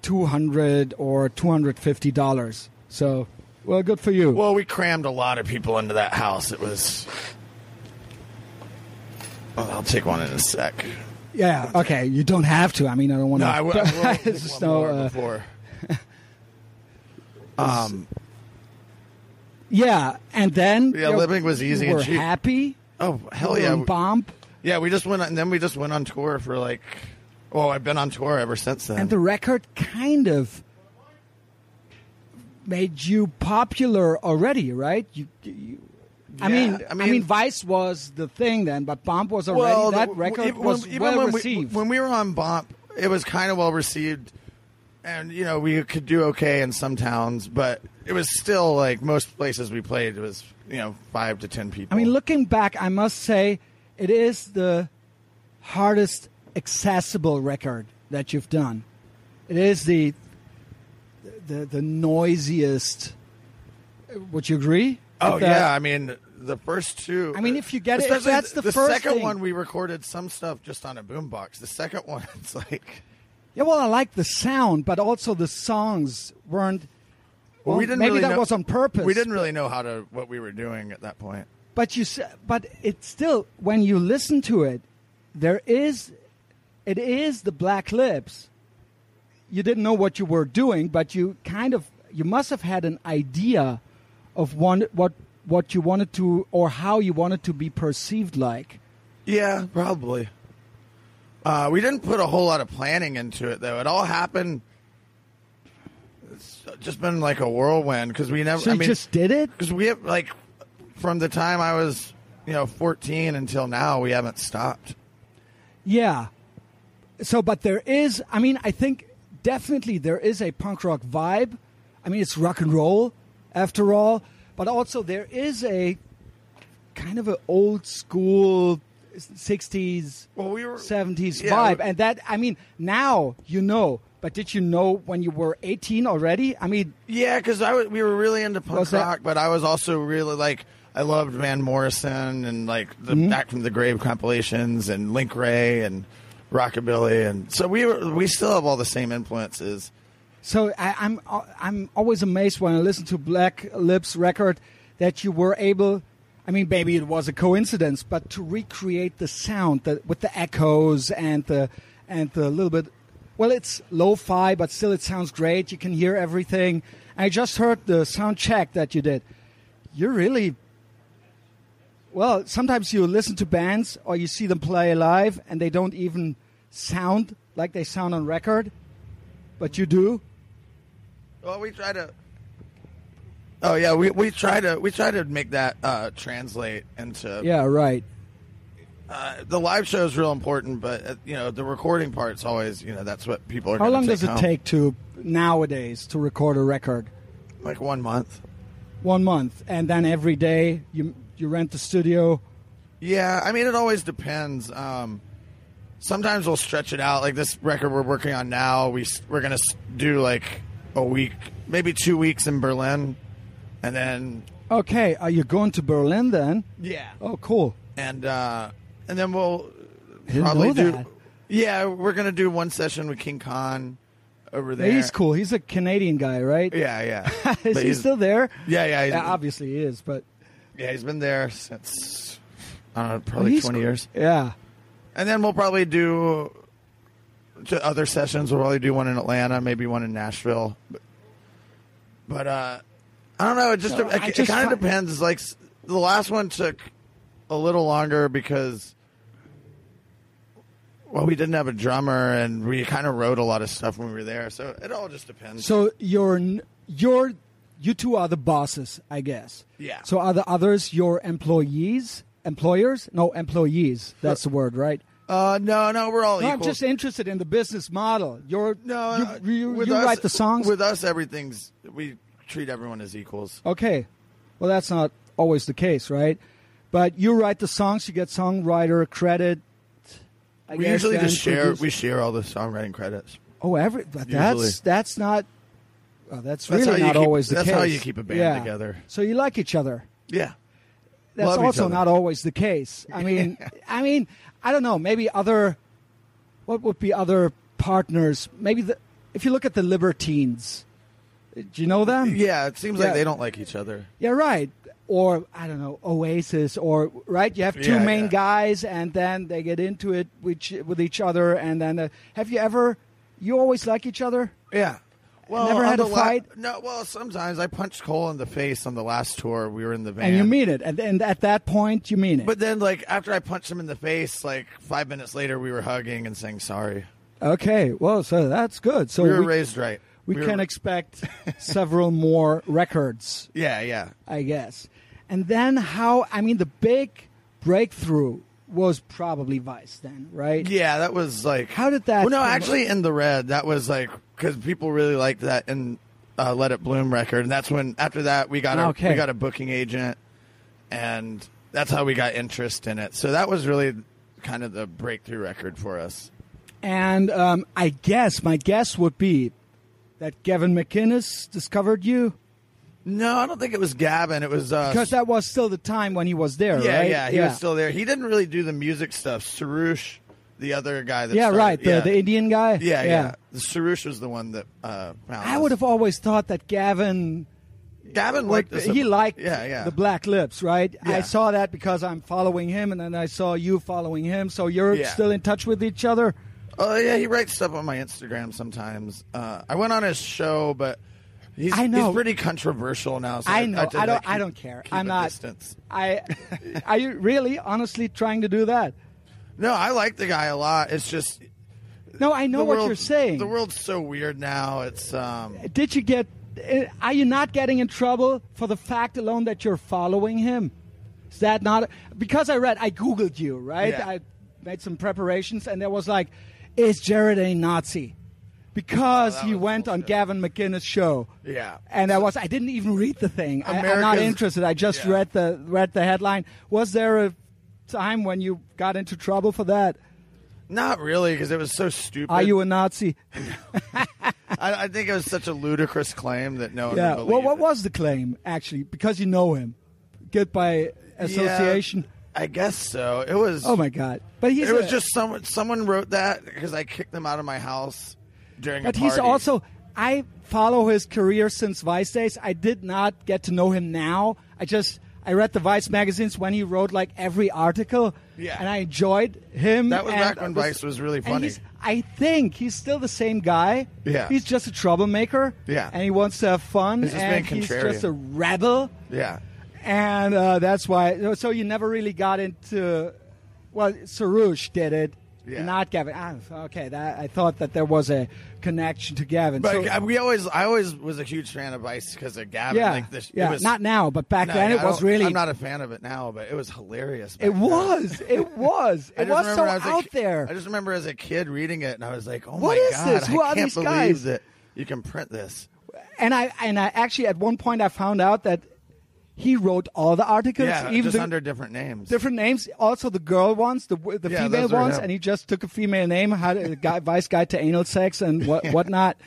200 or 250 dollars. So, well, good for you. Well, we crammed a lot of people into that house. It was. Oh, I'll take one in a sec. yeah. Okay. You don't have to. I mean, I don't want No, to. I w- I will take It's just one no, more uh, before. um, yeah. And then Yeah, you know, living was easy You and were cheap. happy. oh hell You were yeah, on Bomb. yeah. We just went, on, and then we just went on tour for like. Oh, I've been on tour ever since then. And the record kind of made you popular already, right? You, you I, Yeah, mean, I I mean, mean- Vice was the thing then, but Bomb was already the- that w- record even was when, even well when received. We, when we were on Bump, it was kind of well received, and you know we could do okay in some towns, but it was still like most places we played it was you know five to ten people. I mean, looking back, I must say it is the hardest accessible record that you've done. It is the the the noisiest. Uh, Would you agree? Oh With that? yeah, I mean the first two. I mean, if you get it, if especially that's the the first second thing. one, we recorded some stuff just on a boombox. The second one, it's like. Yeah, well, I like the sound, but also the songs weren't. Well, we didn't maybe really that know- was on purpose. We didn't really know how to what we were doing at that point. but you, s- but it's still when you listen to it, there is, it is the black lips. You didn't know what you were doing, but you kind of you must have had an idea of one what what you wanted to or how you wanted to be perceived like. Yeah, probably. Uh, we didn't put a whole lot of planning into it, though. It all happened. It's just been like a whirlwind because we never. So I you mean, just did it. because we have like from the time I was you know 14 until now, we haven't stopped. Yeah. So, but there is, I mean, I think definitely there is a punk rock vibe. I mean, it's rock and roll after all, but also there is a kind of an old school 60s, Well, we were 70s yeah, vibe. we- And that, I mean, now you know, but did you know when you were 18 already? I mean, Yeah, because I was, we were really into punk Was that- rock, but I was also really like I loved Van Morrison and like the Mm-hmm. Back from the Grave compilations and Link Ray and rockabilly, and so we were, we still have all the same influences. So I, I'm I'm always amazed when I listen to Black Lips record that you were able. I mean, maybe it was a coincidence, but to recreate the sound that with the echoes and the and the little bit. Well, it's lo-fi, but still it sounds great. You can hear everything. I just heard the sound check that you did. You're really well, sometimes you listen to bands or you see them play live and they don't even sound like they sound on record, but you do. Well, we try to. Oh yeah, we, we try to we try to make that uh, translate into Yeah, right. uh, the live show is real important, but uh, you know the recording part's always you know that's what people are. How gonna long take does it home. take to nowadays to record a record? Like one month. One month, and then every day you you rent the studio. Yeah, I mean it always depends. Um, sometimes we'll stretch it out. Like this record we're working on now, we s- we're gonna s- do like a week, maybe two weeks in Berlin, and then Okay, are you going to Berlin then? yeah, Oh, cool. and uh, and then we'll didn't probably know do. that. Yeah, we're gonna do one session with King Khan over there. He's cool. He's a Canadian guy, right? Yeah, yeah. Is But he he's- still there? Yeah, yeah, he's- obviously he is, but Yeah, he's been there since I don't know, probably Oh, He's twenty cool. years. Yeah. And then we'll probably do to other sessions. We'll probably do one in Atlanta, maybe one in Nashville. But, but, uh, I don't know. It just, No, it, I just kind fi- of depends. Like s- the last one took a little longer because well, we didn't have a drummer, and we kind of wrote a lot of stuff when we were there. So it all just depends. So you're n- you're you two are the bosses, I guess. Yeah. So are the others your employees? Employers? No, employees. That's the word, right? uh, no, no, we're all No, equal. I'm just interested in the business model. You're no, you, uh, you- with you us- write the songs. With us, everything's we treat everyone as equals. okay, well that's not always the case, right? But you write the songs, you get songwriter credit. I we guess, usually then just share. produce- We share all the songwriting credits. oh, every but that's Usually. that's not. Well, that's That's really how you not keep- always the that's case. how you keep a band Yeah. together. So you like each other. Yeah. that's Love each also other. not always the case. I mean, I mean, I don't know. Maybe other, what would be other partners? Maybe the if you look at the Libertines, do you know them? Yeah, it seems Yeah. like they don't like each other. Yeah, right. Or I don't know, Oasis, or right? You have two Yeah, main yeah. guys, and then they get into it which, with each other, and then uh, have you ever? You always like each other. Yeah. Well, Never on had a the la- fight? no. Well, sometimes I punched Cole in the face on the last tour. We were in the van, And you mean it, and, and at that point you mean it. But then, like after I punched him in the face, like five minutes later, we were hugging and saying sorry. okay, well, so that's good. So We were we, raised right. we were- can expect several more records yeah, yeah. I guess. And then how? I mean, the big breakthrough was probably Vice, then, right? Yeah, that was like. How did that Well, no, come- actually, in the red, that was like because people really liked that in uh, Let It Bloom record, and that's when after that we got Okay. a, we got a booking agent, and that's how we got interest in it. So that was really kind of the breakthrough record for us. And um, I guess my guess would be that Gavin McInnes discovered you No, I don't think it was Gavin. It was uh, because that was still the time when he was there, yeah, right? yeah. He was still there. He didn't really do the music stuff. Sarush, the other guy. That yeah, started- right. The, yeah. the Indian guy. yeah, yeah. Sarush was the one that uh, found I us. would have always thought that Gavin Gavin liked us. he liked Yeah, yeah. the black lips, right? I Yeah. saw that because I'm following him, and then I saw you following him. So you're Yeah. still in touch with each other. Oh yeah, he writes stuff on my Instagram sometimes. Uh, I went on his show, but he's, I know. he's pretty controversial now. So I know. I, have to, don't. like, I keep- don't care. keep I'm a not. Distance. I. are you really, honestly trying to do that? No, I like the guy a lot. It's just No, I know the what world- you're saying. The world's so weird now. It's um. Did you get? eh, Are you not getting in trouble for the fact alone that you're following him? Is that not because I read? I googled you, right? Yeah. I made some preparations, and there was like, "Is Jared a Nazi?" Because Oh, that he was went on bullshit. Gavin McInnes' show. Yeah. and I was I didn't even read the thing. I, am not America's- interested. I just Yeah. read the read the headline. Was there a time when you got into trouble for that? Not really, because it was so stupid. Are you a Nazi? I, I think it was such a ludicrous claim that no one Yeah. would believe. Well, what it. was the claim actually? Because you know him, good by Yeah, association. I guess so. It was. Oh my God! But he's It was a- just someone. Someone wrote that because I kicked them out of my house during. But a he's party. also. I follow his career since Vice days. I did not get to know him now. I just I read the Vice magazines when he wrote like every article. Yeah. And I enjoyed him. That was and back when I Vice was really and funny. he's- I think he's still the same guy. Yeah. He's just a troublemaker. Yeah. And he wants to have fun. He's just and being he's contrarian. just a rebel. Yeah. and uh, that's why. So you never really got into. Well, Sarush did it, Yeah. not Gavin. Ah, okay, that, I thought that there was a connection to Gavin. But so, I- we always, I always was a huge fan of Vice because of Gavin. yeah, like this, yeah, it was, not now, but back No, then yeah, it I was don't- really. I'm not a fan of it now, but it was hilarious. back it then. was. It was. I it just was so remember when I was a out ki- there. I just remember as a kid reading it, and I was like, "Oh What my is god, this? Who I are can't these believe guys? that you can print this." and I and I actually at one point I found out that he wrote all the articles, Yeah, even just the under different names. different names. Also the girl ones, the the Yeah, female those are ones, him. and he just took a female name, had a guy, vice guy to anal sex and what whatnot.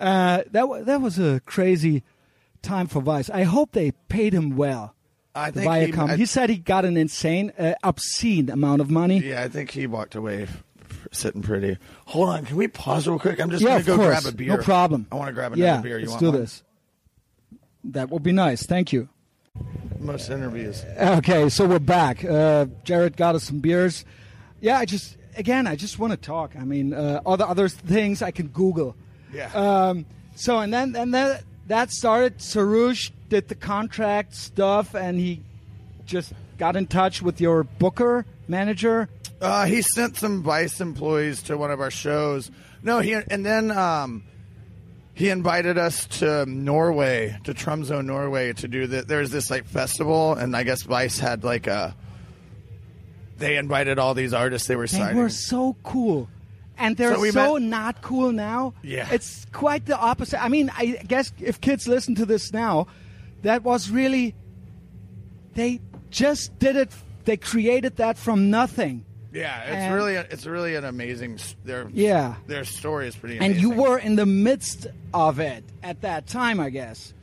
Uh, that wa that was a crazy time for Vice. I hope they paid him well. I the think he- Viacom. He, I- said he got an insane, uh, obscene amount of money. Yeah, I think he walked away f- f- sitting pretty. Hold on, can we pause real quick? I'm just Yeah, gonna of go course. grab a beer. No problem. I want to grab another yeah, beer. You let's want do one? this. That would be nice. Thank you. Most interviews. Okay, so we're back. Uh, Jared got us some beers. Yeah, I just again, I just want to talk. I mean, uh, other other things I can Google. Yeah. Um, so and then and then that started. Sarush did the contract stuff, and he just got in touch with your booker manager. Uh, he sent some Vice employees to one of our shows. No, he and then um, he invited us to Norway, to Tromsø, Norway, to do that. There's this like festival, and I guess Vice had like a. They invited all these artists they were They signing. were so cool. And they're So so, we met- not cool now. Yeah. It's quite the opposite. I mean, I guess if kids listen to this now, that was really. They just did it, they created that from nothing. yeah, it's And- really it's really an amazing. s- Their Yeah. their story is pretty. And Amazing. you were in the midst of it at that time, I guess.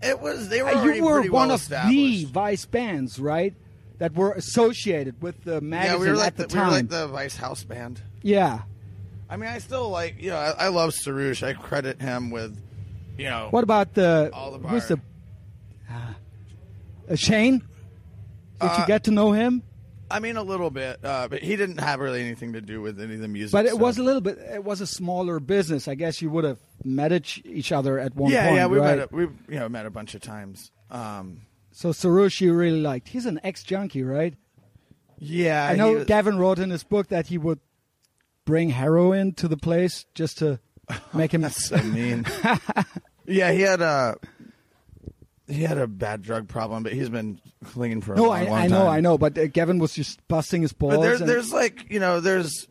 it was they were Uh, already you were pretty one well of the established. vice bands, right? That were associated with the magazine yeah, we were like at the, we were time. like the Vice house band. yeah. I mean, I still like, you know, I, I love Sarouche. I credit him with, you know, What about the Oliver. who's the uh, Shane? Did Uh, you get to know him? I mean, a little bit, uh, but he didn't have really anything to do with any of the music. But it so- was a little bit. It was a smaller business. I guess you would have met each, each other at one yeah, point. yeah, we right? met, a, we you know met a bunch of times. Um, So Sarush, you really liked. He's an ex junkie, right? yeah, I he know was- Gavin wrote in his book that he would bring heroin to the place just to make him. That's so mean. yeah, he had a he had a bad drug problem, but he's been clean for a no, long, I, long I know, time. I know. But uh, Gavin was just busting his balls. But there's and- there's like you know there's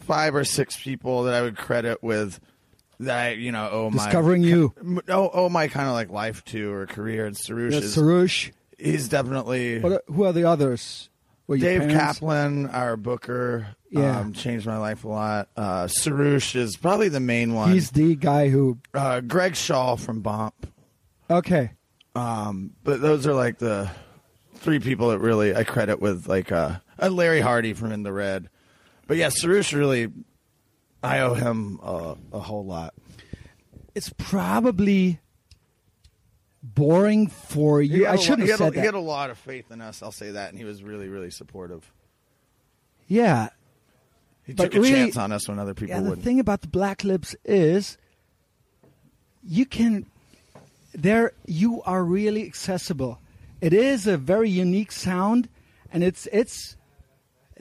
five or six people that I would credit with that I you know oh my Discovering you. M- oh oh my kind of like life to or career and Sarush yeah, is Sarush. he's definitely But uh, who are the others? Were your Dave parents? Kaplan our booker Yeah. um, changed my life a lot uh, Sarush is probably the main one He's the guy who. uh, Greg Shaw from Bomp Okay. Um, but those are like the three people that really I credit with like uh, uh Larry Hardy from In the Red. But yeah, Sarush really, I owe him uh, a whole lot. it's probably boring for you. I had a shouldn't lo- he have had a- said He had that. a lot of faith in us. I'll say that, and he was really, really supportive. Yeah. He But took a really- chance on us when other people Yeah, the wouldn't. thing about the black lips is you can there you are really accessible. It is a very unique sound and it's it's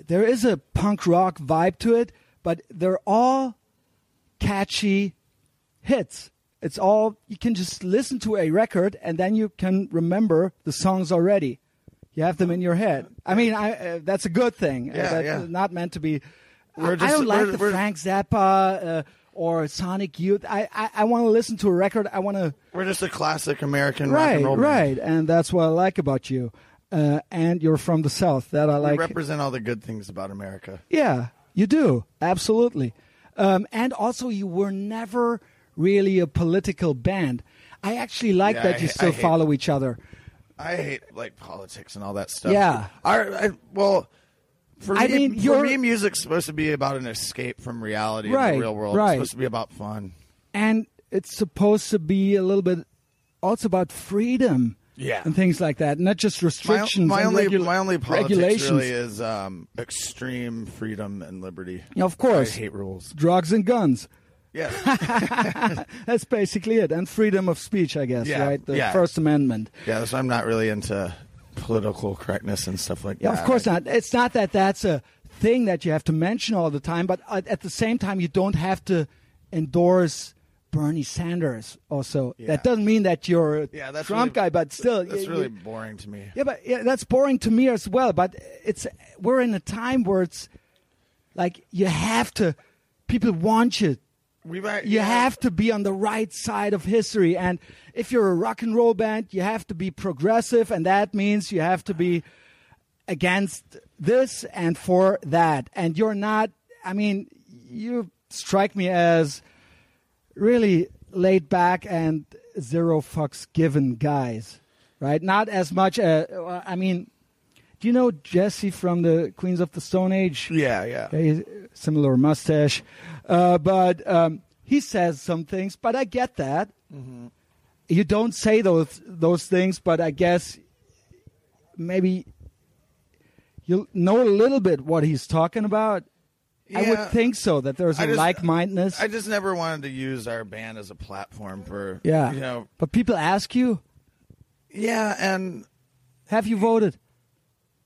there is a punk rock vibe to it, but they're all catchy hits. It's all you can just listen to a record and then you can remember the songs already. You have them in your head. I mean, I, uh, that's a good thing. Uh, Yeah, that's yeah. not meant to be. We're I just- don't like we're- the we're- Frank Zappa uh, or Sonic Youth. I I, I want to listen to a record. I want to We're just a classic American rock right and roll band. right, and that's what I like about you. Uh, and you're from the south. That I We like. represent all the good things about America. Yeah, you do. Absolutely. Um, and also, you were never really a political band. I actually like Yeah, that I you ha- still I hate- follow each other. I hate like politics and all that stuff. Yeah. Our, I, well, for I me, mean, for you're- me, music's supposed to be about an escape from reality in Right, the real world. right. It's supposed to be about fun. And it's supposed to be a little bit also about freedom. Yeah. And things like that, not just My, restrictions. my and only regula- my only politics regulations. really is um, extreme freedom and liberty. Yeah, of course. I hate rules. Drugs and guns. Yeah, That's basically it. And freedom of speech, I guess, Yeah, right? The yeah. First Amendment. yeah. That's why I'm not really into political correctness and stuff like Yeah, that. of course not. It's not that that's a thing that you have to mention all the time, but uh, at, at the same time, you don't have to endorse Bernie Sanders. Also, Yeah. that doesn't mean that you're a Yeah, that's Trump really- guy, but still, That's you- really you- boring to me. yeah, but yeah, that's boring to me as well. But it's we're in a time where it's like you have to. People want you We might, you have to be on the right side of history and if you're a rock and roll band you have to be progressive and that means you have to be against this and for that and you're not i mean you strike me as really laid back and zero fucks given guys right not as much uh, i mean do you know jesse from the queens of the stone age Yeah, yeah. Okay, similar mustache, uh, but um, he says some things. But I get that Mm-hmm. you don't say those those things. But I guess maybe you know a little bit what he's talking about. I Yeah. would think so. That there's I a just- like mindedness. I just never wanted to use our band as a platform for Yeah, you know but people ask you, Yeah, and "Have you voted?"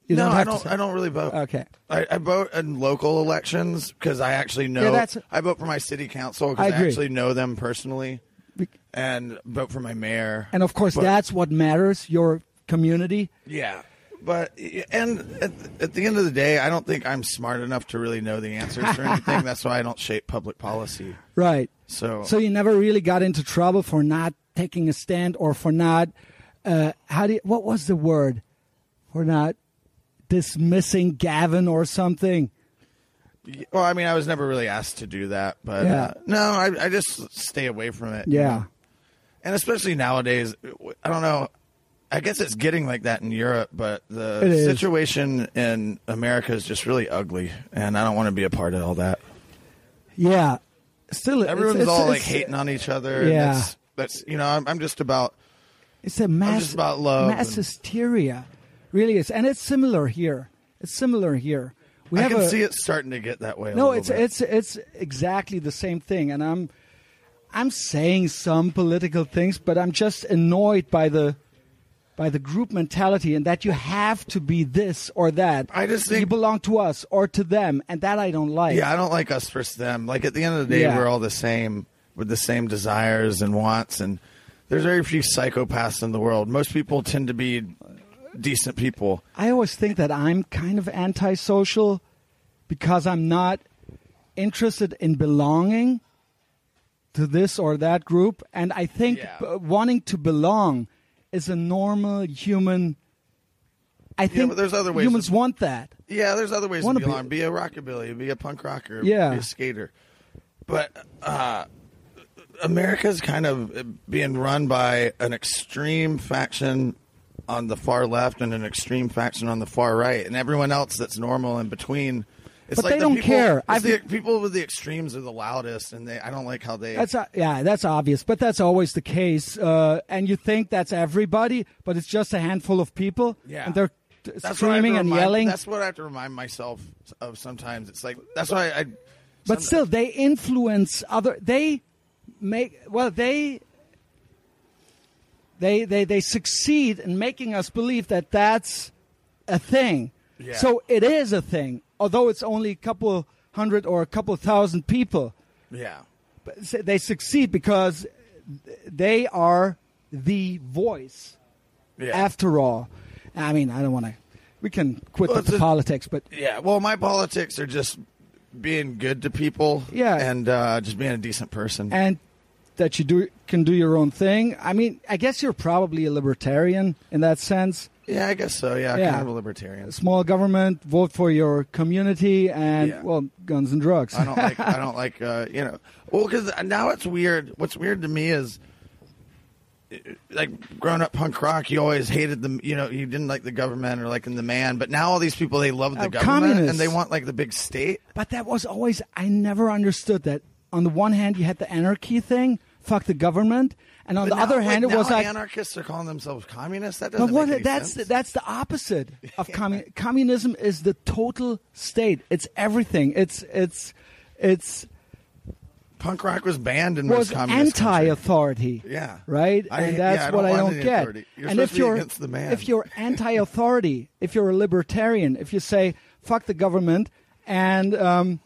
You no, I have to don't. say- I don't really vote. Okay. I, I vote in local elections because I actually know. Yeah, that's- I vote for my city council I because I, agree. actually know them personally, Be- and vote for my mayor. And of course, But- that's what matters. Your community. yeah, but and at, at the end of the day, I don't think I'm smart enough to really know the answers for anything. That's why I don't shape public policy. Right. So- so you never really got into trouble for not taking a stand or for not uh, how do you, what was the word for not dismissing Gavin or something? Well, I mean, I was never really asked to do that, but Yeah. uh, no, I, I just stay away from it. you Yeah. know? and especially nowadays i don't know i guess it's getting like that in europe but It the is. situation in america is just really ugly and i don't want to be a part of all that yeah. Still, it's- Everyone's it's- all like it's- hating on each other. and Yeah. that's, that's you know, I'm, I'm just about. It's a mass just about love mass and- hysteria, really is, and it's similar here. It's similar here. We I have can a, see it starting to get that way. A No, little it's bit. it's it's exactly the same thing, and I'm I'm saying some political things, but I'm just annoyed by the by the group mentality and that you have to be this or that. I just you think- belong to us or to them, and that I don't like. Yeah, I don't like us versus them. Like at the end of the day, Yeah. we're all the same with the same desires and wants. And there's very few psychopaths in the world. Most people tend to be decent people. I always think that I'm kind of antisocial because I'm not interested in belonging to this or that group. And I think Yeah. b- wanting to belong is a normal human. I think but there's other ways humans to- want that. Yeah, there's other ways to Wanna be be- on. Be a rockabilly, be a punk rocker, Yeah. be a skater. But uh, America's kind of being run by an extreme faction on the far left and an extreme faction on the far right, and everyone else that's normal in between. It's But like they the don't people, care. it's I've- the people with the extremes are the loudest, and they. I don't like how they. That's uh, yeah, that's obvious, but that's always the case. Uh, and you think that's everybody, but it's just a handful of people, Yeah. and they're t- That's what I have to screaming and remind- yelling. That's what I have to remind myself of sometimes. It's like that's why I. but still they influence other they make well they they they they succeed in making us believe that that's a thing Yeah. so it is a thing although it's only a couple hundred or a couple thousand people yeah. but s- they succeed because they are the voice Yeah. after all i mean i don't want to we can quit Well, with the it's a- politics but Yeah, well, my politics are just being good to people. Yeah. and uh, just being a decent person. and that you do can do your own thing. I mean, I guess you're probably a libertarian in that sense. yeah, I guess so. Yeah, Yeah. kind of a libertarian. Small government, vote for your community, and Yeah. well, guns and drugs. I don't like. I don't like. Uh, you know, well, because now it's weird. What's weird to me is. Like growing up punk rock, you always hated them. You know, you didn't like the government or like in the man. But now all these people, they love the Oh, government communists. and they want like the big state. but that was always I never understood that. On the one hand, you had the anarchy thing, fuck the government, and on But the now, other hand, like, it was now like anarchists are calling themselves communists. That doesn't. But what? make any That's sense. that's the opposite of communism. communism is the total state. It's everything. It's it's it's punk rock was banned in was most communist countries. anti-authority. Yeah. right? I- and yeah, that's I don't what I want don't any get. authority. You're and supposed if to be you're against the man. if you're anti-authority, if you're a libertarian, if you say fuck the government and um,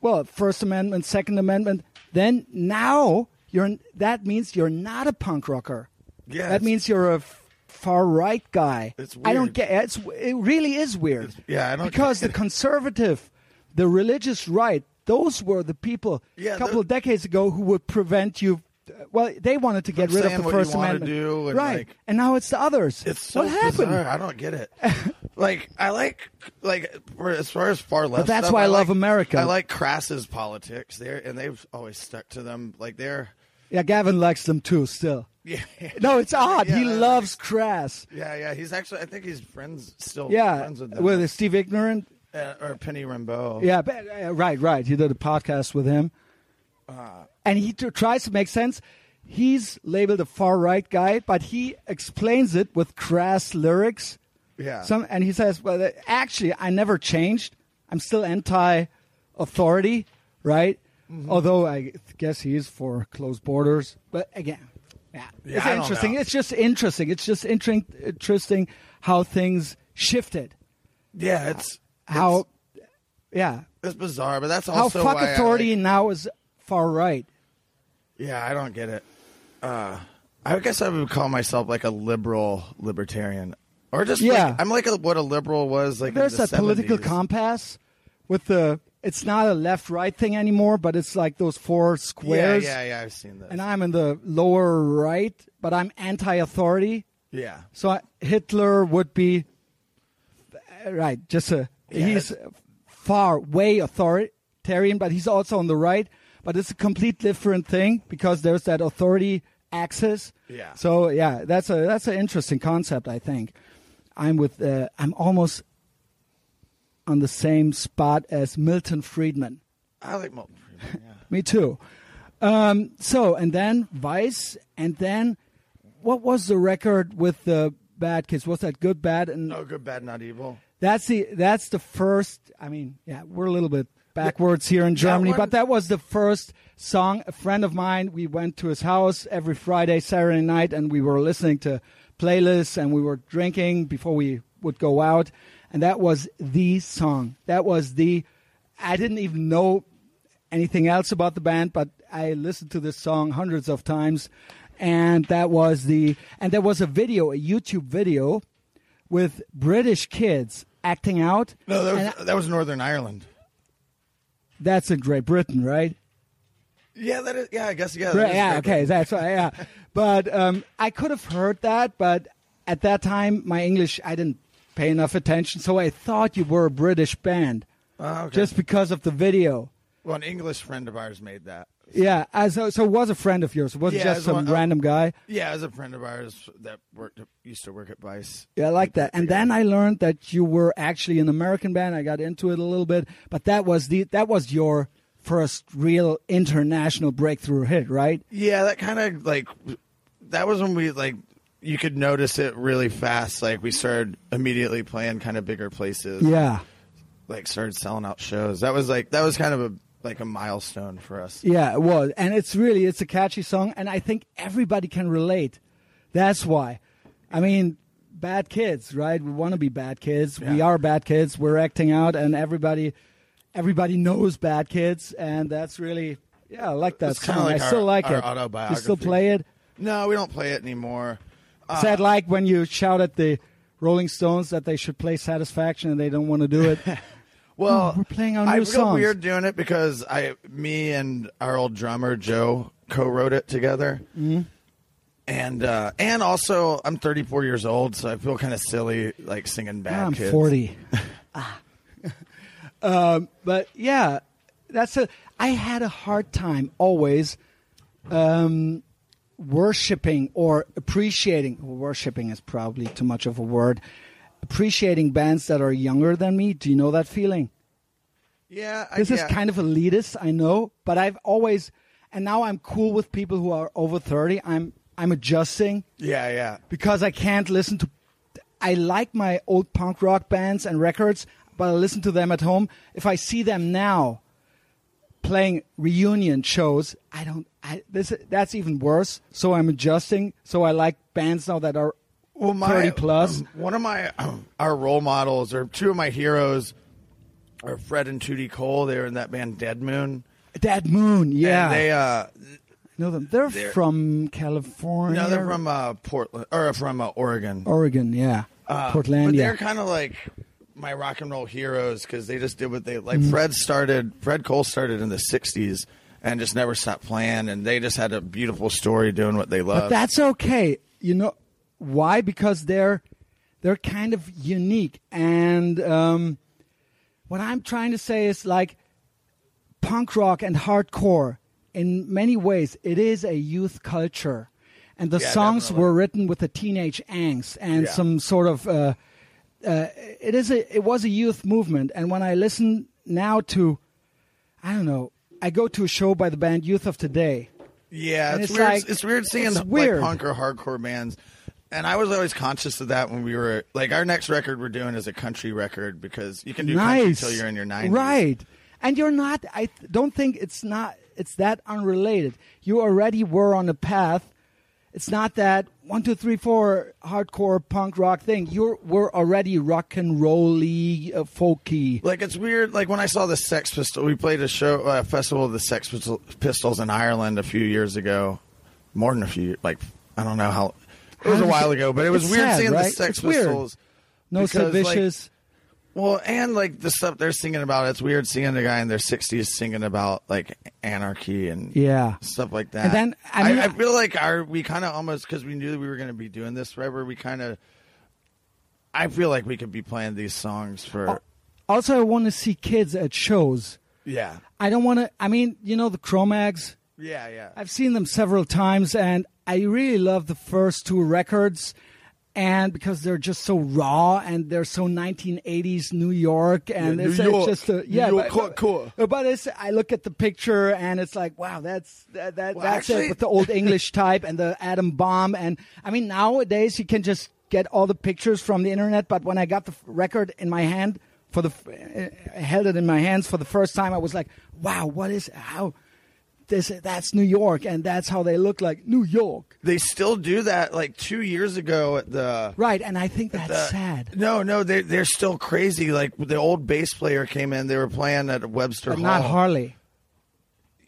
well, First Amendment, Second Amendment, then now you're that means you're not a punk rocker. Yeah, that it's- means you're a f- far right guy. It's I don't weird. get it's it really is weird. yeah, I don't because get the conservative, the religious right, those were the people Yeah, a couple they're- of decades ago who would prevent you. Well, they wanted to get From rid of saying the what you First wanna Amendment, do and, right? like- and now it's the others. It's so what happened? bizarre. I don't get it. like I like like for, as far as far left. that's stuff, why I love like- America. I like Crass's politics there, and they've always stuck to them. Like they're Yeah, Gavin likes them too. Still, yeah, no, it's odd. Yeah, he that- loves Crass. yeah, yeah. He's actually I think he's friends still. Yeah, friends with them. with Steve Ignorant. Uh, or Penny Rimbaud. Yeah, but, uh, right, right. You did a podcast with him, Uh, and he t- tries to make sense. He's labeled a far right guy, but he explains it with crass lyrics. Yeah. Some, and he says, "Well, uh, actually, I never changed. I'm still anti-authority, right? Mm-hmm. Although I guess he is for closed borders. But again, yeah, Yeah, it's I don't interesting. know. It's just interesting. It's just intrin- interesting how things shifted. yeah. It's How, yeah, it's bizarre, but that's how also fuck why I authority like- now is far right. yeah, I don't get it. Uh, I guess I would call myself like a liberal libertarian. Or just Yeah. like, I'm like a, what a liberal was like. in There's the that political 70s. compass with the. It's not a left right thing anymore, but it's like those four squares. Yeah, yeah, yeah. I've seen that. And I'm in the lower right, but I'm anti-authority. yeah, So I, Hitler would be uh, right. Just a Yeah, he's far way authoritarian, but he's also on the right. But it's a complete different thing because there's that authority axis. Yeah. So yeah, that's a that's an interesting concept. I think I'm with uh, I'm almost on the same spot as Milton Friedman. I like Milton Friedman. Yeah. Me too. Um, so, and then Vice, and then what was the record with the Bad Kids? Was that Good, Bad, and No good, bad, not evil. that's the that's the first. I mean, yeah, we're a little bit backwards here in Germany, one- but that was the first song. A friend of mine, we went to his house every Friday, Saturday night, and we were listening to playlists and we were drinking before we would go out, and that was the song. That was the. I didn't even know anything else about the band, but I listened to this song hundreds of times, and that was the and there was a video, a YouTube video, with British kids acting out. No, And that I- was, that was Northern Ireland. that's in Great Britain, right? Yeah, that is. Yeah, I guess. Yeah, Bre- that is yeah, Great okay, that's right. Yeah, but um, I could have heard that, but at that time, my English, I didn't pay enough attention, so I thought you were a British band Britain. Oh, okay. just because of the video. well, an English friend of ours made that. Yeah, uh, so so it was a friend of yours. It wasn't Yeah, just it's some one- uh, random guy. Yeah, as a friend of ours that worked used to work at Vice. Yeah, I like that. And then I learned that you were actually an American band. I got into it a little bit, but that was the that was your first real international breakthrough hit, right? Yeah, that kind of like that was when we like you could notice it really fast. Like we started immediately playing kind of bigger places. Yeah. like started selling out shows. That was like that was kind of a like a milestone for us. Yeah, it was. And it's really it's a catchy song and I think everybody can relate. That's why. I mean, bad kids, right? We want to be bad kids. We Yeah. are bad kids. We're acting out and everybody everybody knows bad kids and that's really yeah, I like that It's kinda song. like I our- still like it. our You still autobiography. play it? No, we don't play it anymore. Uh, Is that like when you shout at the Rolling Stones that they should play Satisfaction and they don't want to do it? well, Oh, we're playing our I new feel songs. weird doing it because I, me and our old drummer Joe co-wrote it together. Mm-hmm. And uh, and also, I'm 34 years old, so I feel kind of silly like singing bad I'm kids. 40. Ah. um, but yeah, that's a. I had a hard time always um, worshiping or appreciating. Worshiping is probably too much of a word. Appreciating bands that are younger than me. Do you know that feeling? Yeah, I, this is Uh, yeah. kind of elitist, I know, but I've always, and now I'm cool with people who are over thirty. I'm I'm adjusting yeah, yeah. because I can't listen to. I like my old punk rock bands and records, but I listen to them at home. If I see them now playing reunion shows, I don't. I, this that's even worse. So I'm adjusting. So I like bands now that are well, my, thirty plus. um, one of my our role models or two of my heroes are Fred and Tootie Cole. They were in that band Dead Moon. Dead Moon, yeah, And they uh know them. They're, they're- from California. no, they're from uh Portland or from uh, Oregon. Oregon, yeah, Uh, Portlandia. But they're kind of like my rock and roll heroes cuz they just did what they like Fred started Fred Cole started in the 60s and just never stopped playing and they just had a beautiful story doing what they But love. that's okay. You know why? Because they're they're kind of unique. And um, what I'm trying to say is like punk rock and hardcore. In many ways, it is a youth culture, and the Yeah, songs definitely. were written with a teenage angst and Yeah. some sort of. Uh, uh, it is a it was a youth movement, and when I listen now to, I don't know, I go to a show by the band Youth of Today. Yeah, And it's, it's weird. like- it's weird seeing it's like weird. punk or hardcore bands. And I was always conscious of that when we were like our next record we're doing is a country record because you can do country nice until you're in your 90s. right and you're not i th- don't think it's not it's that unrelated you already were on a path it's not that one two three four hardcore punk rock thing you were already rock and rolly uh, folky Like it's weird. Like when I saw the Sex Pistols, we played a show, a festival of the Sex Pistol- Pistols in Ireland a few years ago, more than a few. Like I don't know how. It was a while ago, but it was It's weird sad, seeing the right? Sex It's weird. Pistols. no so because, like, vicious Well, and like the stuff they're singing about, it's weird seeing a guy in their 60s singing about like anarchy and Yeah. stuff like that. And then, I mean- I, feel like our we kind of almost because we knew that we were going to be doing this forever. We kind of, I feel like we could be playing these songs for Oh. also i want to see kids at shows yeah, i don't want to i mean you know the chromags yeah, yeah. I've seen them several times, and I really love the first two records. and because they're just so raw and they're so 1980s New York and Yeah, it's, New it's York. just a New yeah York but- hardcore. but, but it's I look at the picture and it's like wow that's that, that Well, that's actually- it with the old English type and the atom bomb and I mean nowadays you can just get all the pictures from the internet but when I got the f- record in my hand for the f- uh, held it in my hands for the first time I was like wow what is how this that's New York and that's how they look like New York They still do that. Like two years ago at the right and I think that's the- sad No, no, they they're still crazy. Like the old bass player came in. They were playing at Webster but Hall. not Harley.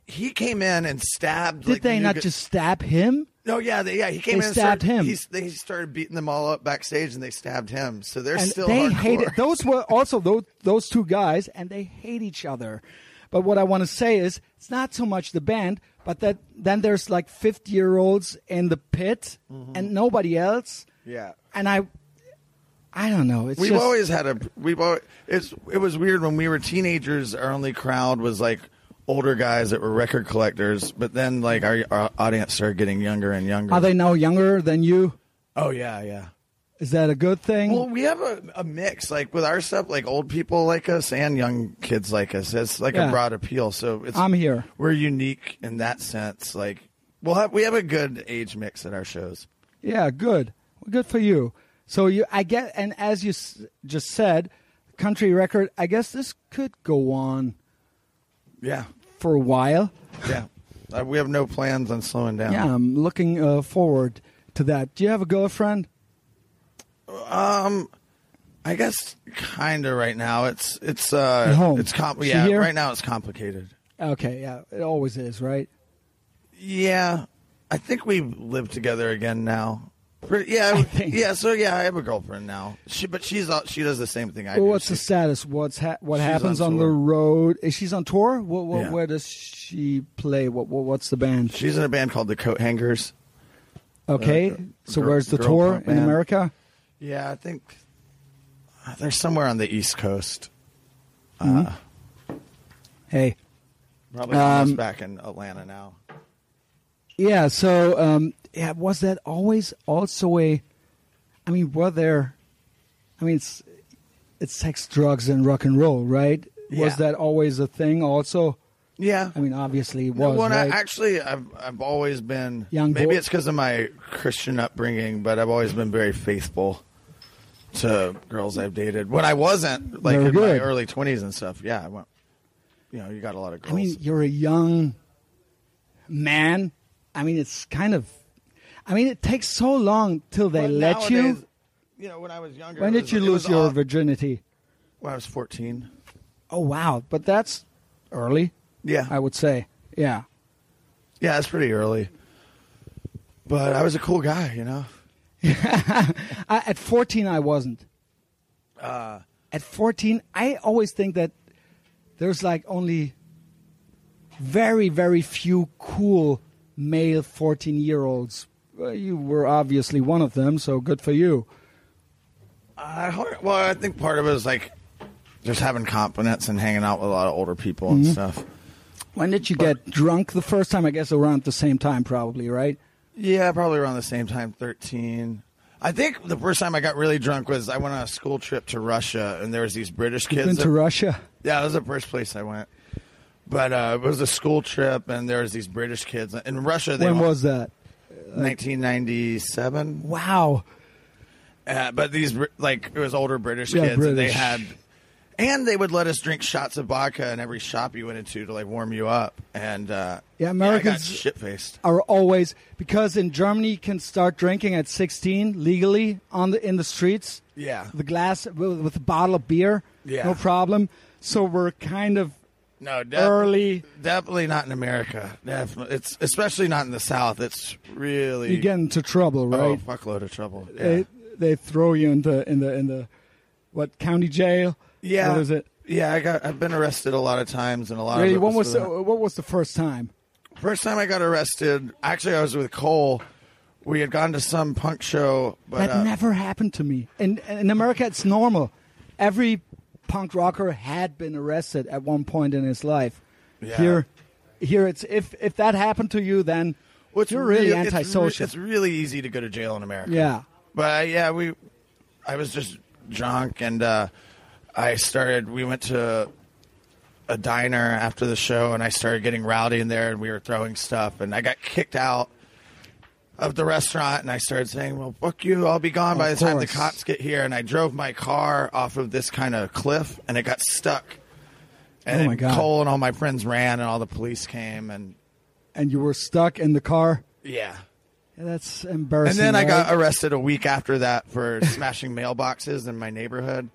He came in and stabbed. Did like, they new not gu- just stab him? No, yeah, they, yeah. He came They in and stabbed started, him. He, they started beating them all up backstage, and they stabbed him. So they're And still they hardcore. hate it. Those were also those, those two guys, and they hate each other. But what I want to say is, it's not so much the band, but that then there's like 50 year olds in the pit and nobody else. Mm-hmm. Yeah. And I, I don't know. It's We've just, always had a we've always, it's it was weird when we were teenagers. Our only crowd was like older guys that were record collectors, but then like our, our audience started getting younger and younger. are they now younger than you? Oh yeah, yeah. Is that a good thing? Well, we have a, a mix like with our stuff, like old people like us and young kids like us. It's like Yeah. a broad appeal. So it's I'm here. We're unique in that sense. Like we'll have we have a good age mix at our shows. Yeah, good. Well, good for you. So you, I get, and as you s- just said, country record. I guess this could go on Yeah, for a while. yeah. Uh, we have no plans on slowing down. Yeah, I'm looking uh, forward to that. Do you have a girlfriend? I guess kind of right now. It's it's At uh home. it's com- She yeah, here? right now it's complicated. Okay, yeah, it always is, right? Yeah. I think we live together again now. Pretty, yeah, I think- yeah. So yeah, I have a girlfriend now. She, but she's uh, she does the same thing I Well, do. what's She- the status? What's ha- what She's happens on on, the tour. road? Is she's on tour? What, what, Yeah. Where does she play? What, what what's the band? She's in a band called the Coat Hangers. okay, uh, gr- so gr- where's the girl tour punk in band. America? Yeah, I think Uh, they're somewhere on the East Coast. Mm-hmm. Uh, Hey, probably almost Um, back in Atlanta now. Yeah. So, um, yeah, was that always also a? I mean, were there? I mean, it's it's sex, drugs, and rock and roll, right? Yeah. Was that always a thing? Also, Yeah, I mean, obviously it No, was. well, I- right? actually, I've I've always been Young Maybe boy. it's because of my Christian upbringing, but I've always been very faithful to girls I've dated. When I wasn't, like Very in good. my early twenties and stuff. Yeah, I went. You know, you got a lot of girls. I mean, you're a young man. I mean, it's kind of. I mean, it takes so long till they But let nowadays, you. You know, when I was younger. When it did was- you it lose was your aw- virginity? When I was fourteen. Oh wow, but that's early. Yeah. I would say. Yeah. Yeah, that's pretty early. But I was a cool guy, you know. I, at 14, I wasn't. at 14, I always think that there's like only very, very few cool male 14 year olds. Well, you were obviously one of them, so good for you. I hard- well, I think part of it is like just having confidence and hanging out with a lot of older people and stuff. When did you get drunk the first time? I guess around the same time, probably, right? Yeah, probably around the same time, 13. I think the first time I got really drunk was I went on a school trip to Russia, and there was these British kids. Been that- to Russia. yeah, that was the first place I went. But uh, it was a school trip, and there was these British kids in Russia. They When went- was that? 1997? Wow. Uh, but these Br- like it was older British Yeah, kids, and they British. had, and they would let us drink shots of vodka in every shop you went into to like warm you up. And uh, Yeah, I got Americans- shit faced. are always because in Germany you can start drinking at 16 legally on the in the streets. Yeah. the glass with, with a bottle of beer. Yeah. no problem. So we're kind of No, def- early. Definitely not in America. Definitely, it's especially not in the South. It's really You get into trouble, oh, right? fuckload of trouble. Yeah, They they throw you in the in the in the what county jail? yeah. what is it? Yeah, I got. I've been arrested a lot of times, and a lot. Really, of it when was was for the, that. what was the first time? First time I got arrested, actually, I was with Cole. We had gone to some punk show, but That uh, never happened to me. In in America, it's normal. Every punk rocker had been arrested at one point in his life. Yeah. Here, here it's if if that happened to you, then Well, it's you're really real- it's re- antisocial. It's, really easy to go to jail in America. yeah, But uh, yeah, we, I was just drunk and uh, I started. We went to a diner after the show and I started getting rowdy in there and we were throwing stuff and I got kicked out of the restaurant and I started saying, "Well, fuck you! I'll be gone by the Of time the course. cops get here." And I drove my car off of this kind of cliff and it got stuck. And Oh, my God. Cole and all my friends ran and all the police came and and you were stuck in the car. yeah. Yeah, that's And embarrassing. then I got right? arrested a week after that for smashing mailboxes in my neighborhood.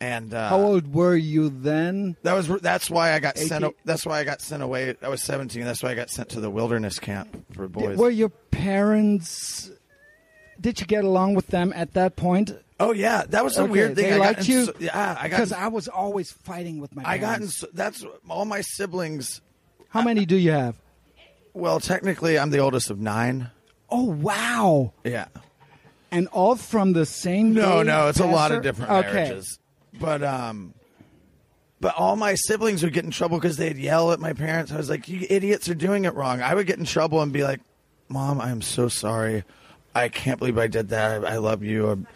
And uh, How old were you then? That was that's why I got sent. 18 That's why I got sent away. I was seventeen. That's why I got sent to the wilderness camp for boys. Were your parents? Did you get along with them at that point? oh yeah, that was a Okay, weird thing. They I liked got in you. so- yeah, I got. because I was always fighting with my. I got. In, parents. so- that's all my siblings. How many do you have? Well, technically, I'm the oldest of nine. Oh wow! Yeah. And all from the same. No, gay no, it's a lot pastor? of different okay. marriages. But um, but all my siblings would get in trouble because they'd yell at my parents. I was like, "You idiots are doing it wrong." I would get in trouble and be like, "Mom, I am so sorry. I can't believe I did that. I, I love you." Um,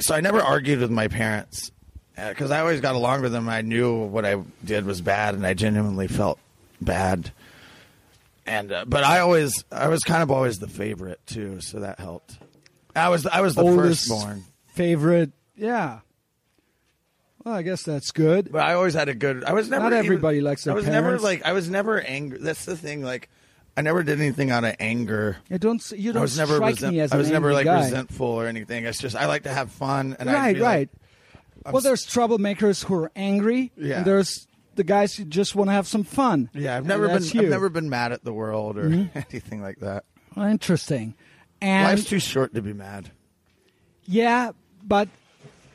So I never argued with my parents because I always got along with them. I knew what I did was bad, and I genuinely felt bad. And uh, but I always, I was kind of always the favorite too, so that helped. I was, I was the Oldest firstborn. favorite. Yeah. Well, I guess that's good. But I always had a good. I was never. Not even- everybody likes their I was never parents. like. I was never angry. That's the thing. Like, I never did anything out of anger. You don't. s- You don't I was never. strike resent- me as I an was never angry like guy. resentful or anything. It's just I like to have fun. And I'd Right, be like- right. well, there's troublemakers who are angry. Yeah. And there's the guys who just want to have some fun. yeah, I've And never been. that's I've you. never been mad at the world or anything like that. Well, interesting. And Life's too short to be mad. yeah, but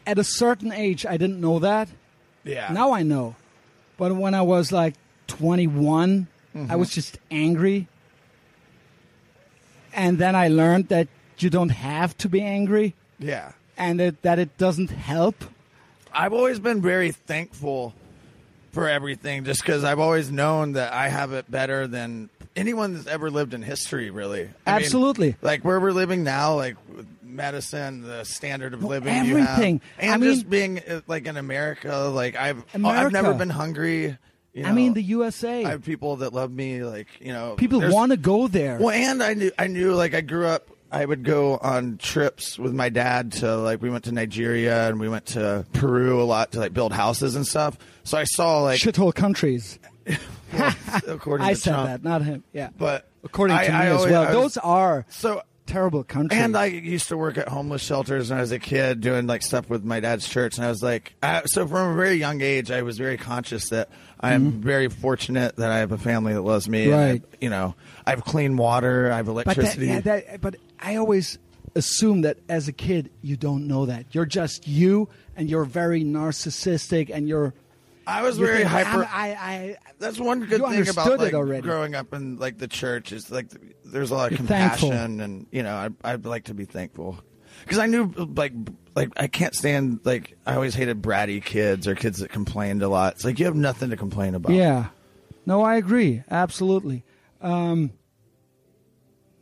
at a certain age, I didn't know that. Yeah. Now I know. But when I was like 21, I Mm-hmm. was just angry. And then I learned that you don't have to be angry Yeah. and it, that it doesn't help. I've always been very thankful for everything just because I've always known that I have it better than anyone that's ever lived in history, really. I mean, Absolutely. like where we're living now, like with medicine, the standard of living, everything. You have, and I mean- just being uh, like in America, like I've uh, I've America. never been hungry. You know, I mean, the USA. I have people that love me, like you know, People there's- want to go there. well, and I knew I knew like I grew up. I would go on trips with my dad to like we went to Nigeria and we went to Peru a lot to like build houses and stuff. So I saw like Shithole countries. according I to said Trump, that, not him. Yeah. but According to I- me I as always- well. I was- Those are so. terrible countries. And I used to work at homeless shelters when I was a kid, doing like stuff with my dad's church. And I was like, I, so from a very young age, I was very conscious that I am very fortunate that I have a family that loves me. and I- Mm-hmm. Right. you know, I have clean water, I have but that, electricity. yeah, that, but I always assume that as a kid you don't know that. You're just you and you're very narcissistic and you're I was you very think, hyper. "I'm- I, I, That's one good You thing about understood it like already. growing up in like the church is like th- there's a lot of You're compassion thankful. and you know I I'd like to be thankful because I knew like like I can't stand like I always hated bratty kids or kids that complained a lot. It's like you have nothing to complain about. Yeah. No, I agree. Absolutely. Um,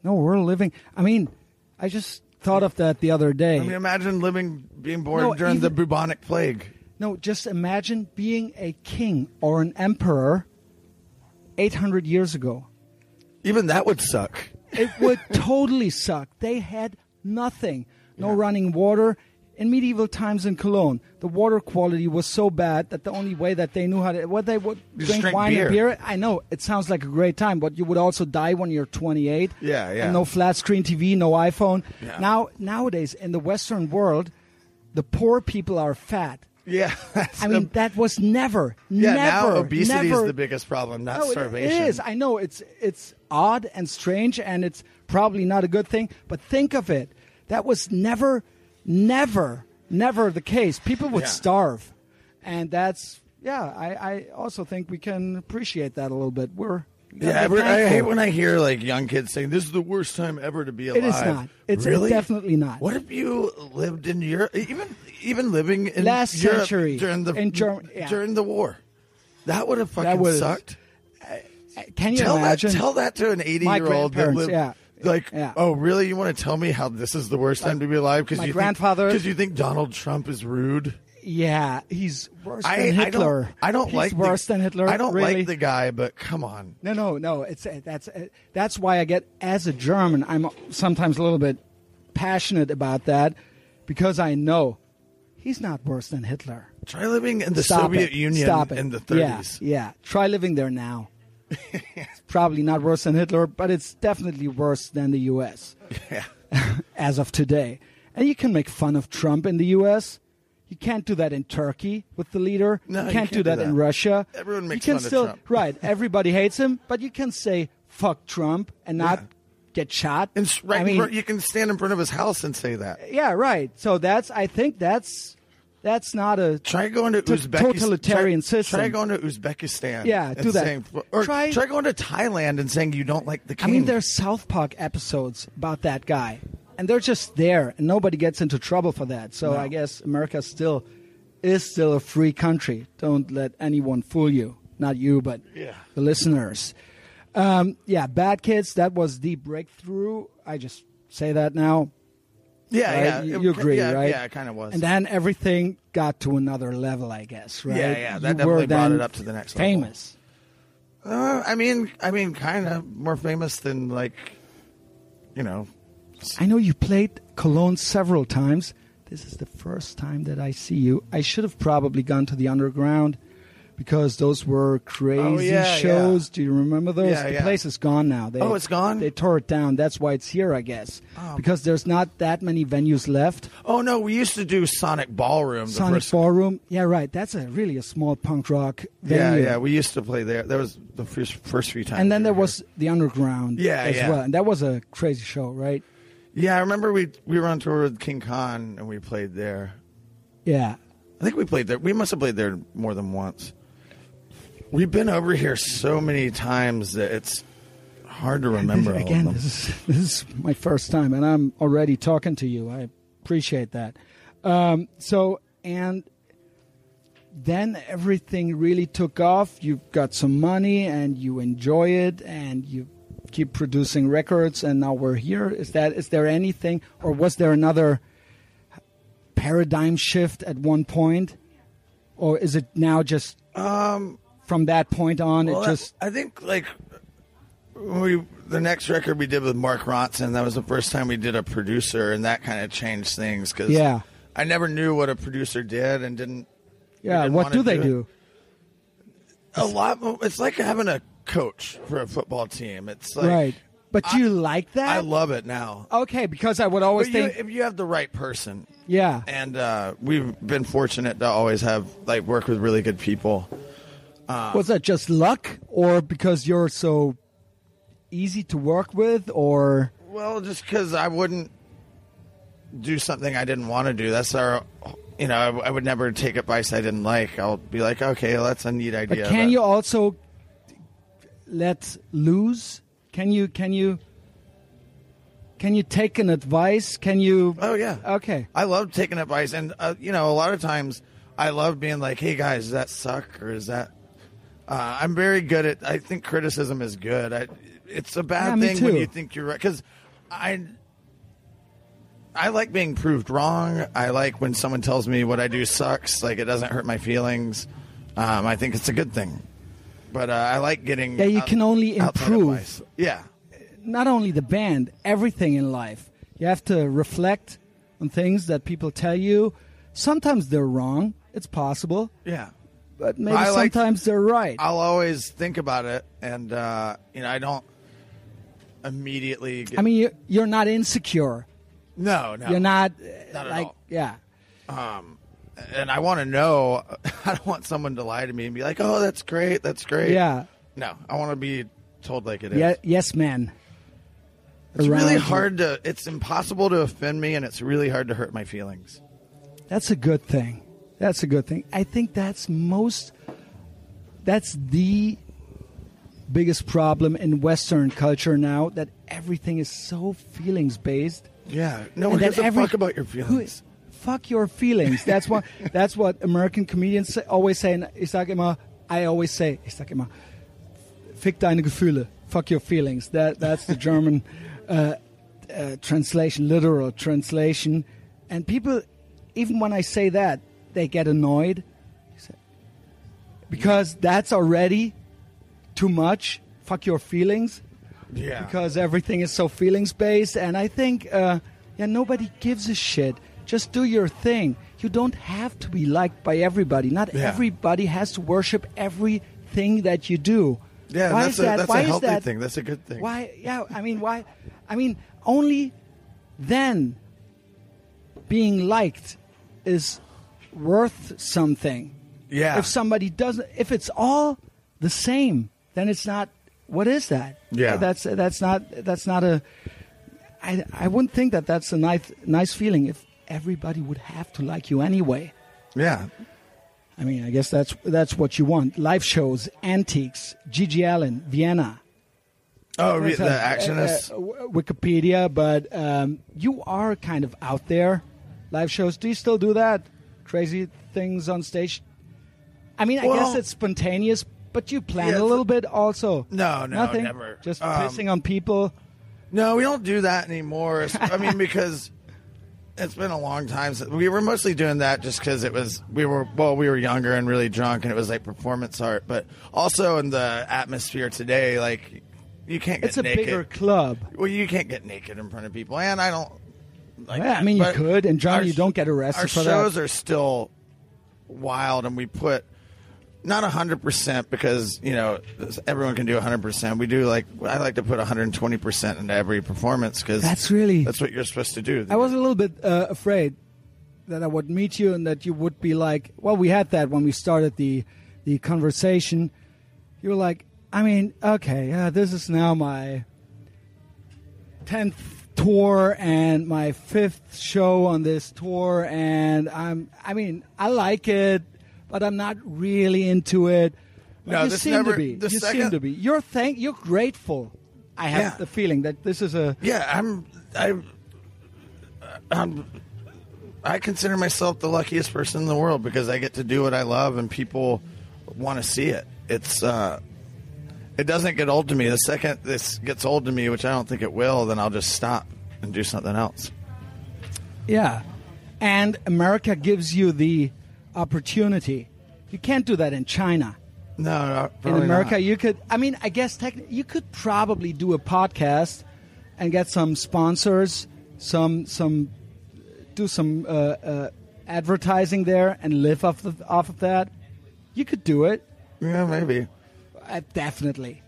no, we're living. I mean, I just thought of that the other day. I mean, imagine living being born No, during the even- bubonic plague. no, just imagine being a king or an emperor 800 years ago. Even that would suck. It would totally suck. They had nothing, no running water. In medieval times in Cologne, the water quality was so bad that the only way that they knew how to what they would Just drink, drink wine and beer. beer. I know it sounds like a great time, but you would also die when you're 28. Yeah, yeah. And no flat screen TV, no iPhone. Yeah. Now nowadays in the Western world, the poor people are fat. Yeah, I mean, that was never, yeah. never, now obesity never, is the biggest problem, not no, Oh, it- starvation. It is. I know it's it's odd and strange, and it's probably not a good thing. But think of it. That was never, never, never the case. People would Yeah. starve, and that's yeah. I, I also think we can appreciate that a little bit. We're Yeah, we're I, I hate thankful. when I hear like young kids saying this is the worst time ever to be alive. It is not. It's really definitely not. What if you lived in Europe? Even even living in Last Europe century, during the in Germ- yeah. during the war, that would have fucking would've- sucked. Uh, Can you Tell imagine? that tell that to an eighty My year old that grandparents, lived yeah, Like, Yeah. oh, really? You want to tell me how this is the worst time to be alive? Because my you grandfather- Because you think Donald Trump is rude? Yeah, he's worse than I, I Hitler. don't. I don't he's like the- worse than Hitler. I don't really. like the guy, but come on. No, no, no. It's uh, that's uh, that's why I get as a German, I'm sometimes a little bit passionate about that because I know he's not worse than Hitler. Try living in the Stop Soviet it. Union Stop it. in the Yeah, 30s. Yeah, Try living there now. it's probably not worse than Hitler, but it's definitely worse than the U.S. as of today. And you can make fun of Trump in the U.S. You can't do that in Turkey with the leader. No, you you can't do that, in Russia. Everyone makes you can fun of still, Trump. Right. Everybody hates him, but you can say "fuck Trump" and not Yeah. get shot. And s- right, I in mean, front- you can stand in front of his house and say that. yeah, right. So that's. I think that's that's not a Try going to To- Uzbekistan. totalitarian try, system. Try going to Uzbekistan. Yeah, and do that. saying- or Try- try, going to Thailand and saying you don't like the I king. mean, there's South Park episodes about that guy, and they're just there, and nobody gets into trouble for that. So I guess America still is still a free country. Don't let anyone fool you. Not you, but Yeah. the listeners. Um, yeah, Bad Kids. That was the breakthrough. I just say that now. yeah, right? yeah. You, It- you agree, yeah, right? Yeah, it kind of was. And then everything got to another level, I guess, right? yeah, that You were definitely brought then it up to the next level. famous. Uh, I mean, I mean, kind of more famous than like, you know, I know you played Cologne several times. This is the first time that I see you. I should have probably gone to the underground because those were crazy Oh, yeah, shows. yeah. Do you remember those? Yeah, the yeah. place is gone now. They, Oh, it's gone? They tore it down. That's why it's here, I guess. Because there's not that many venues left. Oh no, we used to do Sonic Ballroom. The Sonic first, Ballroom. Yeah, right. That's a really a small punk rock Yeah, venue. yeah, we used to play there. That was the first first few times. and then we there were was the underground Yeah, as yeah. well. And that was a crazy show, right? here. Yeah, I remember we we were on tour with King Khan and we played there. Yeah. I think we played there. We must have played there more than once. We've been over here so many times that it's hard to remember. all This- of again, them. this is this is my first time, and I'm already talking to you. I appreciate that. Um, so and then everything really took off. You got some money, and you enjoy it, and you keep producing records. And now we're here. Is that is there anything, or was there another paradigm shift at one point, or is it now just from that point on? Um, Well, it that- just I think like we the next record we did with Mark Ronson that was the first time we did a producer and that kind of changed things because Yeah. I never knew what a producer did and didn't yeah. didn't What wanna do they do it. do? a lot. mo- It's like having a coach for a football team. It's like right. But you like that? I love it now. Okay, because I would always But you, think, if you have the right person, yeah, and uh, we've been fortunate to always have like work with really good people. Uh, was that just luck, or because you're so easy to work with, or Well, just because I wouldn't do something I didn't want to do. That's our, you know, I, I would never take advice I didn't like. I'll be like, okay, well, that's a neat but idea. can but- you also let lose? Can you can you can you take an advice? Can you? Oh yeah. Okay. I love taking advice, and uh, you know, a lot of times I love being like, hey guys, does that suck or is that? Uh, I'm very good at. I think criticism is good. I, it's a Yeah, bad me thing when too. you think you're right because I. I like being proved wrong. I like when someone tells me what I do sucks. Like it doesn't hurt my feelings. Um, I think it's a good thing. But uh, I like getting. Yeah, you out- can only outside improve. advice. Yeah, not only the band, everything in life. You have to reflect on things that people tell you. Sometimes they're wrong. It's possible, yeah. but maybe I like- sometimes they're right. I'll always think about it, and uh, you know, I don't immediately. Get, I mean, you- you're not insecure. no, no, You're not, uh, Not at like all. yeah. And I want to know. I don't want someone to lie to me and be like, "Oh, that's great, that's great." Yeah. No, I want to be told like it is. yeah, yes, man. it's around really you. hard to. It's impossible to offend me, and it's really hard to hurt my feelings. That's a good thing. That's a good thing. I think that's most. That's the biggest problem in Western culture now that everything is so feelings based. Yeah, no one And gives that every- a fuck about your who- feelings. fuck your feelings. That's what that's what American comedians say- always say. And ich sag immer, I always say, ich sag immer, fick deine Gefühle, fuck your feelings. That that's the German uh, uh, translation, literal translation. And people, even when I say that, they get annoyed because that's already too much. Fuck your feelings Yeah. because everything is so feelings based. And I think, uh, yeah, nobody gives a shit. Just do your thing. You don't have to be liked by everybody. Not Yeah. everybody has to worship everything that you do. Yeah, why that's is a- that? that's a why is healthy that? thing. That's a good thing. Why? Yeah, I mean, why? I mean, only then being liked is worth something. Yeah. If somebody doesn't, if it's all the same, then it's not. What is that? Yeah. That's that's not that's not a. I I wouldn't think that that's a nice nice feeling if everybody would have to like you anyway. yeah. I mean, I guess that's that's what you want. Live shows, antiques, Gigi Allen, Vienna. Oh, re- There's the a- actionist. uh, uh, w- Wikipedia, but um, you are kind of out there. Live shows. Do you still do that? Crazy things on stage. I mean, I guess Well- it's spontaneous, but you plan Yeah, a it's- little bit also. No, no, nothing. never. Just Um, pissing on people. No, we don't do that anymore. It's- I mean, because it's been a long time. Since, we were mostly doing that just because it was we were well, we were younger and really drunk, and it was like performance art. But also in the atmosphere today, like you can't get It's a naked. bigger club. well, you can't get naked in front of people, and I don't. Like Yeah, I mean, you but could, and John, our- you don't get arrested Our for that. shows are still wild, and we put not 100% because you know everyone can do 100% we do like i like to put 120% into every performance because That's really- that's what you're supposed to do I was a little bit uh, afraid that I would meet you and that you would be like, well, we had that when we started the the conversation. You were like, I mean, okay, uh, this is now my tenth tour and my fifth show on this tour, and I'm, I mean, I like it, but I'm not really into it. But No, you this seem never- to be. the You seem second- to be. You're thank. You're grateful. I have Yeah. the feeling that this is a yeah i'm i'm i'm i consider myself the luckiest person in the world because i get to do what i love and people want to see it it's uh it doesn't get old to me the second this gets old to me which i don't think it will then i'll just stop and do something else Yeah. And America gives you the opportunity. You can't do that in China. no I- In probably America, not. you could, I mean, I guess techni- you could probably do a podcast and get some sponsors, some, some, do some uh, uh, advertising there and live off, of off of that. You could do it, yeah maybe uh, definitely.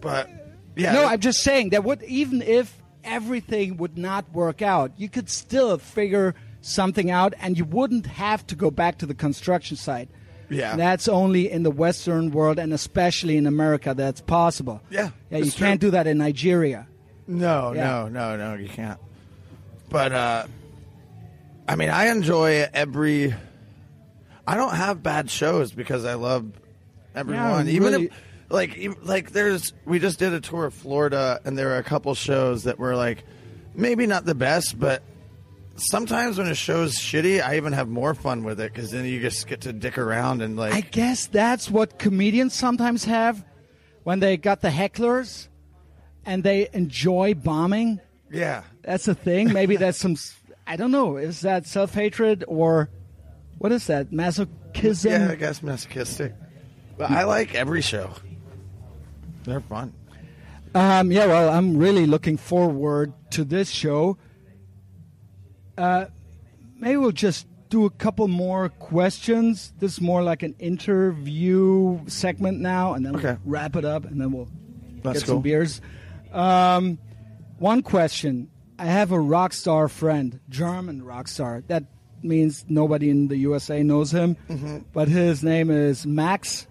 but yeah No, it- I'm just saying that would even if everything would not work out, you could still figure something out, and you wouldn't have to go back to the construction site. Yeah. that's only in the Western world, and especially in America, that's possible. Yeah, yeah, you it's true. can't do that in Nigeria. No, Yeah. no, no, no, you can't. But uh I mean, I enjoy every I don't have bad shows because I love everyone. Yeah, Even really. if like ev- like there's we just did a tour of Florida and there were a couple shows that were like maybe not the best, but sometimes when a show's shitty, I even have more fun with it cuz then you just get to dick around and like I guess that's what comedians sometimes have when they got the hecklers, and they enjoy bombing. yeah. That's a thing. Maybe that's some. s- I don't know. Is that self hatred or what is that masochism? Yeah, I guess masochistic. But I like every show. They're fun. Um, yeah. Well, I'm really looking forward to this show. Uh, maybe we'll just do a couple more questions. This is more like an interview segment now, and then Okay. we'll wrap it up, and then we'll That's get cool. some beers. Um, one question: I have a rock star friend, German rock star. That means nobody in the USA knows him, but his name is Max,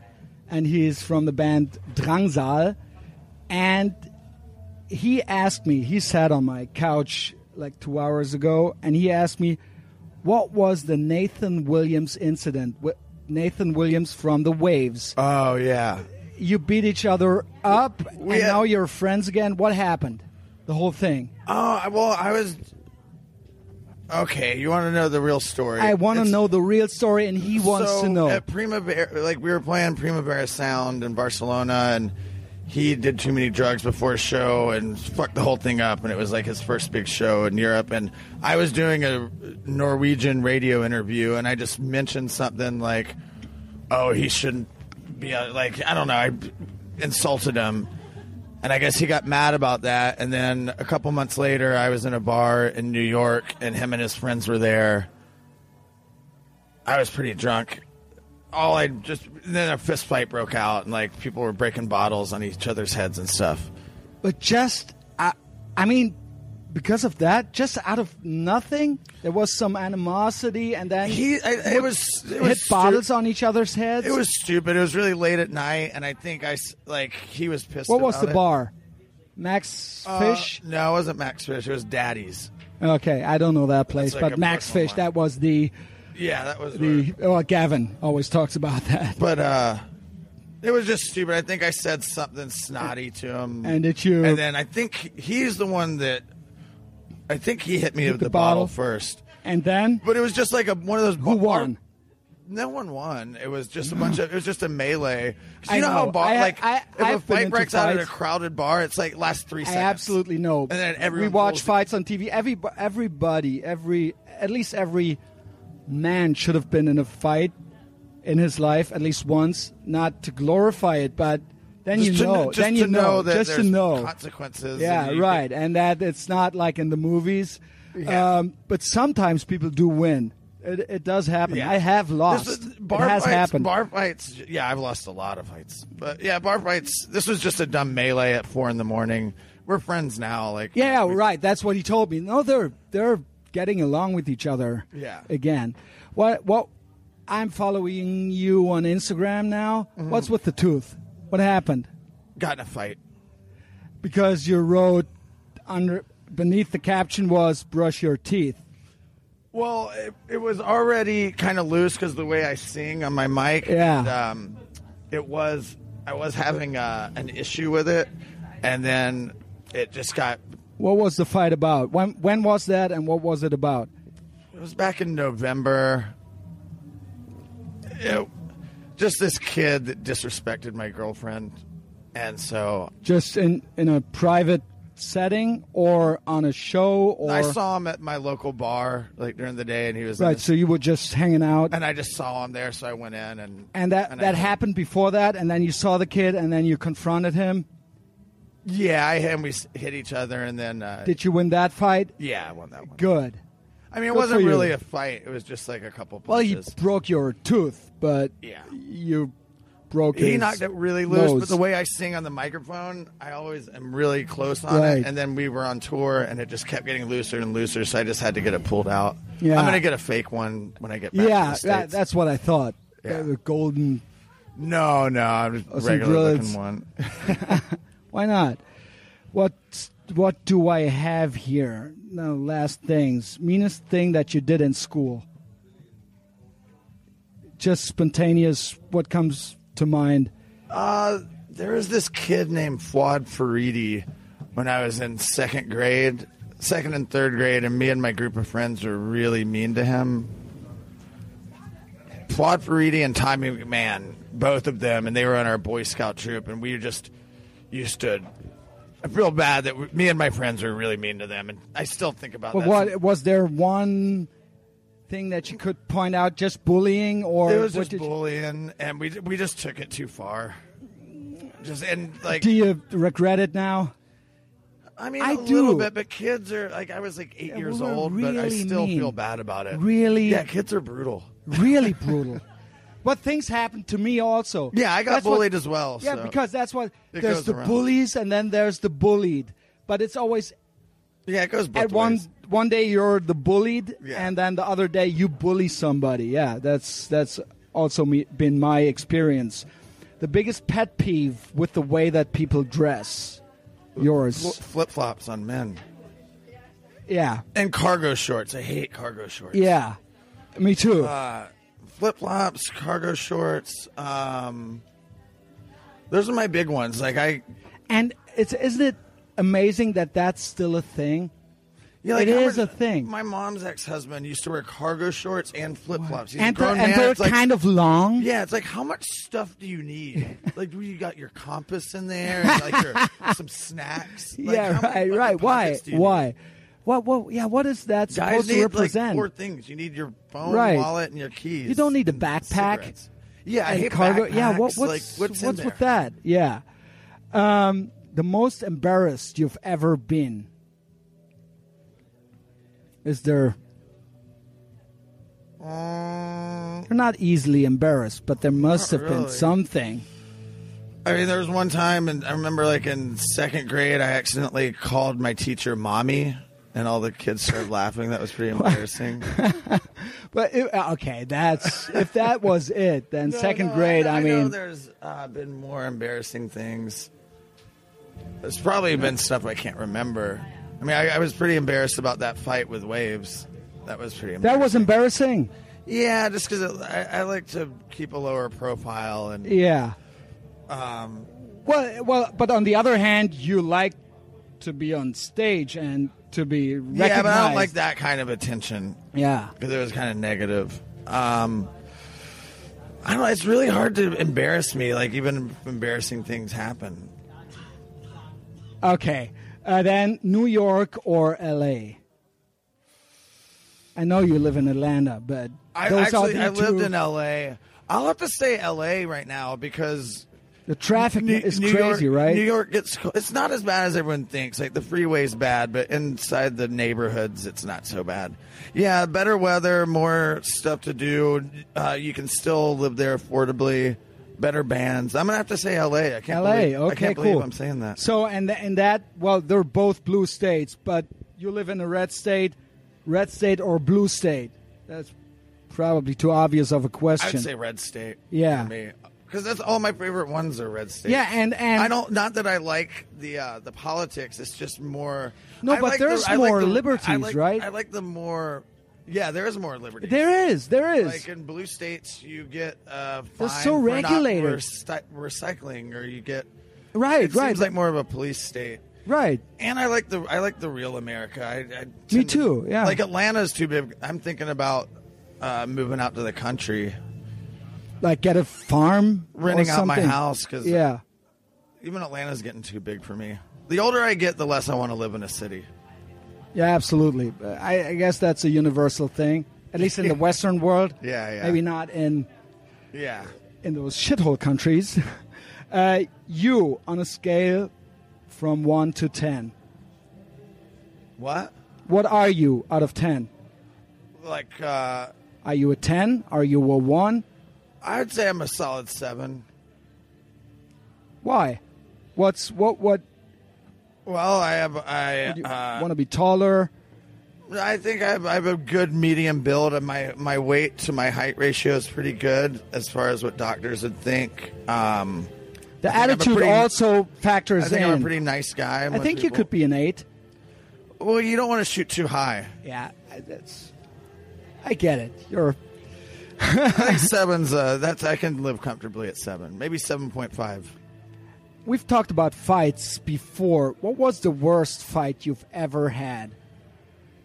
and he's from the band Drangsal. And he asked me. He sat on my couch like two hours ago, and he asked me, "What was the Nathan Williams incident?" Wi- Nathan Williams from the Waves Oh yeah. you beat each other up We and had- now you're friends again what happened the whole thing Oh I- well, I was. Okay, you want to know the real story? i want to It's- know the real story and he wants so to know At Primavera, like we were playing Primavera Sound in Barcelona, and he did too many drugs before a show and fucked the whole thing up. And it was like his first big show in Europe. And I was doing a Norwegian radio interview, and I just mentioned something like, "Oh, he shouldn't be uh, like I don't know." I insulted him, and I guess he got mad about that. And then a couple months later, I was in a bar in New York, and him and his friends were there. I was pretty drunk. All I just then a fist fight broke out, and like people were breaking bottles on each other's heads and stuff. But just, I, I mean, because of that, just out of nothing, there was some animosity, and then He, I, it was it was hit bottles on each other's heads. It was stupid. It was really late at night, and I think I s- like he was pissed. what was about the it. bar? Max Uh, Fish. no, it wasn't Max Fish. It was Daddy's. Okay, I don't know that place, like a but Max personal Fish. one. That was the Yeah, that was where- the. Well, Gavin always talks about that, But uh, it was just stupid. I think I said something snotty to him, And it's you- And then I think he's the one that I think he hit me with the the, bottle. bottle. first. and then But it was just like a one of those. who won? No one won. It was just a bunch of. It was just a melee. 'Cause You I know, how know. bar, I- like I- if a I've been fight into breaks out at a fights. crowded bar, it's like last three I seconds. absolutely know. And then we everyone watch pulls it. fights on TV. Every everybody, every at least every man should have been in a fight in his life at least once, not to glorify it, but then Just you to know, kn- just then you to know, know, that just to there's know consequences. Yeah, and you- right. And that it's not like in the movies. Yeah. Um, but sometimes people do win. It, it does happen. Yeah. I have lost. This is- it has fights, happened. Bar fights. Yeah, I've lost a lot of fights, but yeah, bar fights. This was just a dumb melee at four in the morning. We're friends now. Like Yeah, we- right. That's what he told me. No, they're they're getting along with each other. Yeah. Again, what what? I'm following you on Instagram now. Mm-hmm. What's with the tooth? What happened? Got in a fight. Because your road under beneath the caption was "brush your teeth." Well, it, it was already kind of loose because the way I sing on my mic. Yeah. and, um, it was. I was having uh, an issue with it, and then it just got. What was the fight about? When when was that, and what was it about? It was back in November. It, just this kid that disrespected my girlfriend, and so Just in in a private setting, or on a show, or I saw him at my local bar like during the day, and he was in right. this- So you were just hanging out, and I just saw him there, so I went in and and that and I- that happened before that, and then you saw the kid, and then you confronted him. Yeah, I and we s- hit each other, and then uh, Did you win that fight? yeah, I won that one. Good. I mean, it good for wasn't you. really a fight; it was just like a couple Well, you punches. broke your tooth, but Yeah. you broke. he his knocked it really loose, nose. but the way I sing on the microphone, I always am really close on Right. it. And then we were on tour, and it just kept getting looser and looser, so I just had to get it pulled out. Yeah. I'm gonna get a fake one when I get back. to yeah, the that, States. that's what I thought. Yeah. The golden. no, no, I'm just Oh, some regular drugs. looking one. Why not? What What do I have here? No, last things. Meanest thing that you did in school. Just spontaneous. What comes to mind? Uh, there was this kid named Fuad Faridi when I was in second grade, second and third grade, and me and my group of friends were really mean to him. Fuad Faridi and Tommy McMahon, both of them, and they were on our Boy Scout troop, and we just used to. I feel bad that we, me and my friends were really mean to them, and I still think about But that. what was there one thing that you could point out? Just bullying, or It was what just did you- bullying, and we we just took it too far. Just and like do you regret it now? I mean, I a little do. bit, but kids are like I was like eight we years were old, but I really still mean. feel bad about it. Really? Yeah, kids are brutal. really brutal. But things happened to me also. Yeah, I got what- bullied as well, Yeah, so because that's what it there's goes the around. bullies and then there's the bullied. But it's always Yeah, it goes both at one ways. one day you're the bullied Yeah. and then the other day you bully somebody. Yeah, that's that's also me, been my experience. The biggest pet peeve with the way that people dress. Yours. Flip flops on men yeah. and cargo shorts. I hate cargo shorts. Yeah. Me too. Uh, flip flops, cargo shorts. Um, those are my big ones. Like I, and it's isn't it amazing that that's still a thing? Yeah, It how is much- a thing. My mom's ex-husband used to wear cargo shorts and flip-flops. He's and, a grown they're- and man. they're It's like- kind of long. yeah, it's like how much stuff do you need? like, do you got your compass in there, and like your, some snacks. Like, yeah, how many right, fucking right. Why? pockets do you need? Why? What? What? Yeah. What is that Guys supposed need to like represent? four things. You need your phone, Right. wallet, and your keys. you don't need a and backpack. cigarettes. Yeah, I and hate cargo. Backpacks. Yeah, what, what's like, what's, in there? with that? Yeah, um, the most embarrassed you've ever been. Is there? Um, They're not easily embarrassed, but there must Not have been really. something. I mean, there was one time, and I remember, like in second grade, I accidentally called my teacher "mommy," and all the kids started laughing. That was pretty embarrassing. But it, uh, okay, that's if that was it, then No, second no, grade. I, I, know mean, there's uh, been more embarrassing things. There's probably been stuff I can't remember. I mean, I, I was pretty embarrassed about that fight with waves. That was pretty. that Embarrassing. was embarrassing. Yeah, just because I, I like to keep a lower profile, and Yeah. Um, well, well, but on the other hand, you like to be on stage and to be recognized. yeah, but I don't like that kind of attention Yeah. because it was kind of negative. Um, I don't. know. It's really hard to embarrass me. Like even if embarrassing things happen. Okay. Uh, then New York or LA. I know you live in Atlanta, but I those are actually the I lived two- in uh, L.A. I'll have to say L.A. right now because The traffic New, is New crazy, York, right? New York gets it's not as bad as everyone thinks. Like the freeway's bad, but inside the neighborhoods, it's not so bad. Yeah, better weather, more stuff to do. Uh, you can still live there affordably. Better bands. I'm gonna have to say L.A. I can't LA. believe, okay, I can't cool. believe I'm saying that. So and th- and that well, they're both blue states, but you live in a red state, red state or blue state. That's probably too obvious of a question. I'd say Red State. Yeah. for me. Because that's all my favorite ones are Red State. Yeah, and- and- I don't. Not that I like the uh, the politics. It's just more. No, I but like the- there's I like more the- liberties, I like- right? I like the more. Yeah, there is more liberty. There is, there is. Like in blue states, you get uh, They're fine so for not regulated. recy- recycling, or you get right, it right, seems like more of a police state. right. And I like the I like the real America. I, I Me tend to- too. Yeah. Like Atlanta's too big. I'm thinking about uh, moving out to the country. like get a farm, renting or out my something. house because Yeah, even Atlanta's getting too big for me. The older I get, the less I want to live in a city. yeah, absolutely. Uh, I, I guess that's a universal thing, at least in the Western world. Yeah, yeah. Maybe not in Yeah. in those shithole countries. Uh, you on a scale from one to ten, What? what are you out of ten? Like, uh, Are you a ten? Are you a one? I'd say I'm a solid seven. Why? What's what? What? Well, I have I You uh, want to be taller? I think I have, I have a good medium build, and my my weight to my height ratio is pretty good as far as what doctors would think. Um, The I think I'm a attitude pretty- also factors I think in. I'm a pretty nice guy. I when think you people- could be an eight. Well, you don't want to shoot too high. Yeah, I- that's. I get it. You're I think seven's uh, that's I can live comfortably at seven, maybe seven point five. We've talked about fights before. What was the worst fight you've ever had?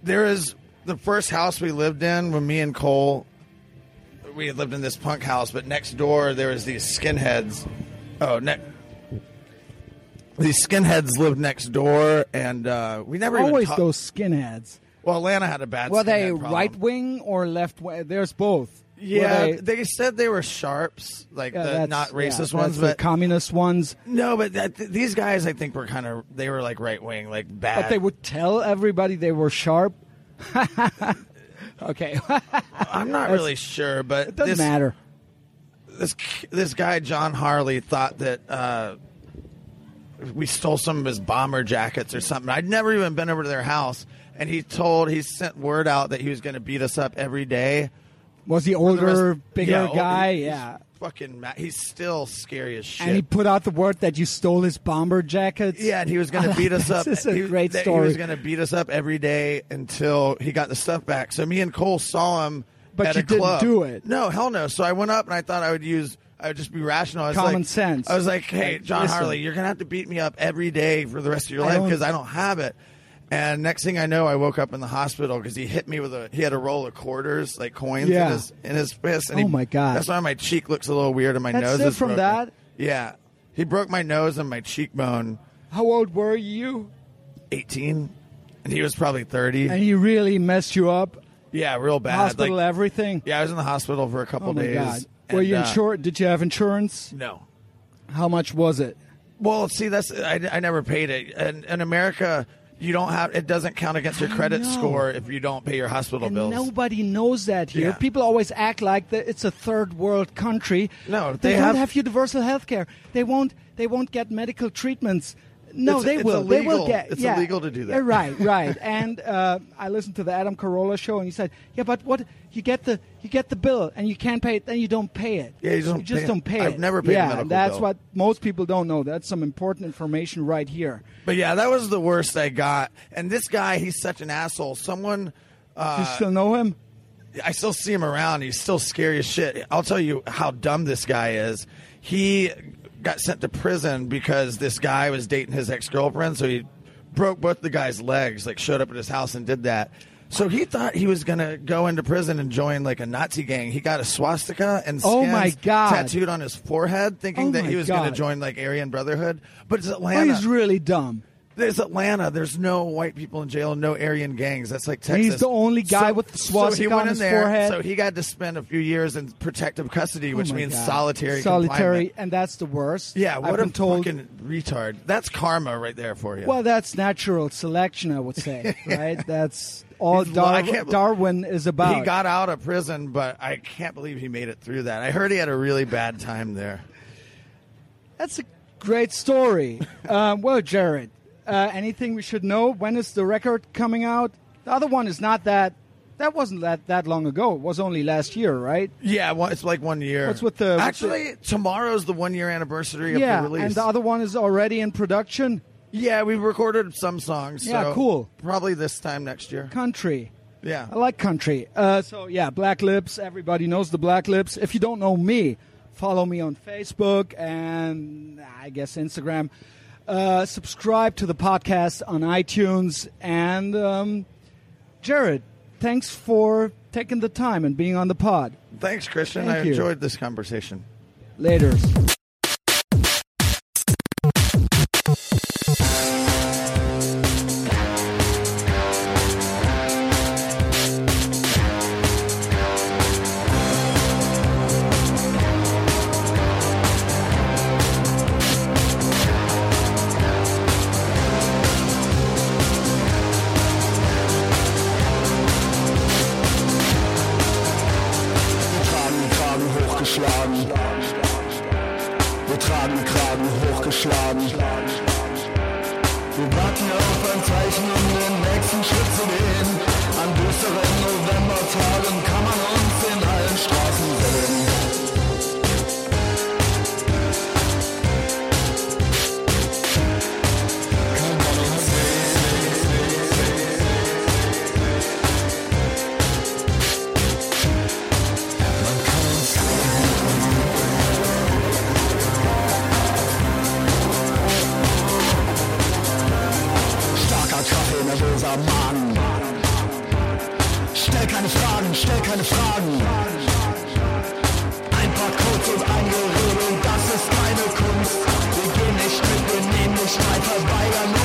there is the first house we lived in when me and Cole we had lived in this punk house, but next door there was these skinheads. Oh, ne- these skinheads lived next door, and uh, we never Always even talked- those skinheads. Well, Atlanta had a bad. Were they skinhead problem. right wing or left wing? There's both. Were Yeah, they- they-, said they were sharps, like Yeah, the that's- not yeah, racist that's ones, the but communist ones. no, but that, th- these guys I think were kind of they were like right wing, like bad. But they would tell everybody they were sharp. okay, I'm not really sure, but doesn't this, matter. this this guy John Harley thought that uh, we stole some of his bomber jackets or something. I'd never even been over to their house, and he told he sent word out that he was going to beat us up every day. Was the The rest- older, bigger Yeah, oh, guy? he's yeah. fucking. Ma- he's still scary as shit. And he put out the word that you stole his bomber jackets. yeah, and he was going to beat us up. This is a he, great that He story. was going to beat us up every day until he got the stuff back. So me and Cole saw him, But at you a didn't club. do it. No, hell no. So I went up and I thought I would use. I would just be rational. I was Common like- sense. I was like, "Hey, Like, John listen. Harley, you're gonna have to beat me up every day for the rest of your I life don't- because I don't have it." And next thing I know, I woke up in the hospital because he hit me with a he had a roll of quarters, like coins, Yeah. in his in his fist. And Oh he- my God. That's why my cheek looks a little weird and my That's nose it is from broken. that? Yeah, he broke my nose and my cheekbone. How old were you? Eighteen, and he was probably thirty. And he really messed you up. yeah, real bad. Hospital, Uh, Like, everything. yeah, I was in the hospital for a couple Oh my days. god. and, Were you uh, insured? Did you have insurance? No. How much was it? Well, see, that's I, I never paid it. And in America, you don't have it doesn't count against your credit know. score if you don't pay your hospital And bills. nobody knows that here. Yeah. People always act like that it's a third world country. No, they, they don't have, have- universal health care. They won't. They won't get medical treatments. No, It's- they it's will. They will illegal. get. It's yeah. illegal to do that. Uh, Right, right. and uh, I listened to the Adam Carolla show, and he said, "Yeah, but what? You get the you get the bill, and you can't pay it. Then you don't pay it. Yeah, you just don't pay it. don't pay it. I've never paid a yeah, medical that's bill. what most people don't know. That's some important information right here. But yeah, that was the worst I got. And this guy, he's such an asshole. Someone, Do you uh, still know him? I still see him around. He's still scary as shit. I'll tell you how dumb this guy is. He got sent to prison because this guy was dating his ex girlfriend. So he broke both the guy's legs, like showed up at his house and did that. So he thought he was going to go into prison and join like a Nazi gang. He got a swastika and Oh my skins God. tattooed on his forehead, thinking Oh that my he was going God. to join like Aryan Brotherhood. But it's Oh, Atlanta. he's really dumb. Oh There's Atlanta. There's no white people in jail. No Aryan gangs. That's like Texas. he's the only guy with the swastika he on went in his there, forehead. So he got to spend a few years in protective custody, which Oh my means God. solitary. solitary, confinement. and that's the worst. Yeah. I've What been a told. fucking retard. That's karma right there for you. Well, that's natural selection, I would say. right? That's all He's- well, I Dar- can't be- Darwin is about. he got out of prison, but I can't believe he made it through that. I heard he had a really bad time there. that's a great story. um, well, Jared, uh, anything we should know? When is the record coming out? The other one is not that. That wasn't that that long ago. It was only last year, right? Yeah, well, it's like one year. What's with the- what's actually tomorrow's the one year anniversary yeah, of the release. and the other one is already in production. yeah, we recorded some songs. Yeah, so cool. Probably this time next year. Country. Yeah, I like country. Uh, so yeah, Black Lips. Everybody knows the Black Lips. If you don't know me, follow me on Facebook and I guess Instagram. Uh, subscribe to the podcast on iTunes. And um, Jared, thanks for taking the time and being on the pod. Thanks, Christian. Thank I you. enjoyed this conversation. Later. Wir tragen Kragen hochgeschlagen. Wir tragen Kragen hochgeschlagen. Wir warten auf ein Zeichen, um den nächsten Schritt zu gehen. An düsteren Novembertagen kann man uns in allen Straßen sehen. Kann man uns Starker Kaffee, nervöser Magen. Stell keine Fragen, stell keine Fragen. Ein paar Codes und ein Gerede, das ist keine Kunst. Wir gehen nicht mit, wir nehmen nicht rein, verweigern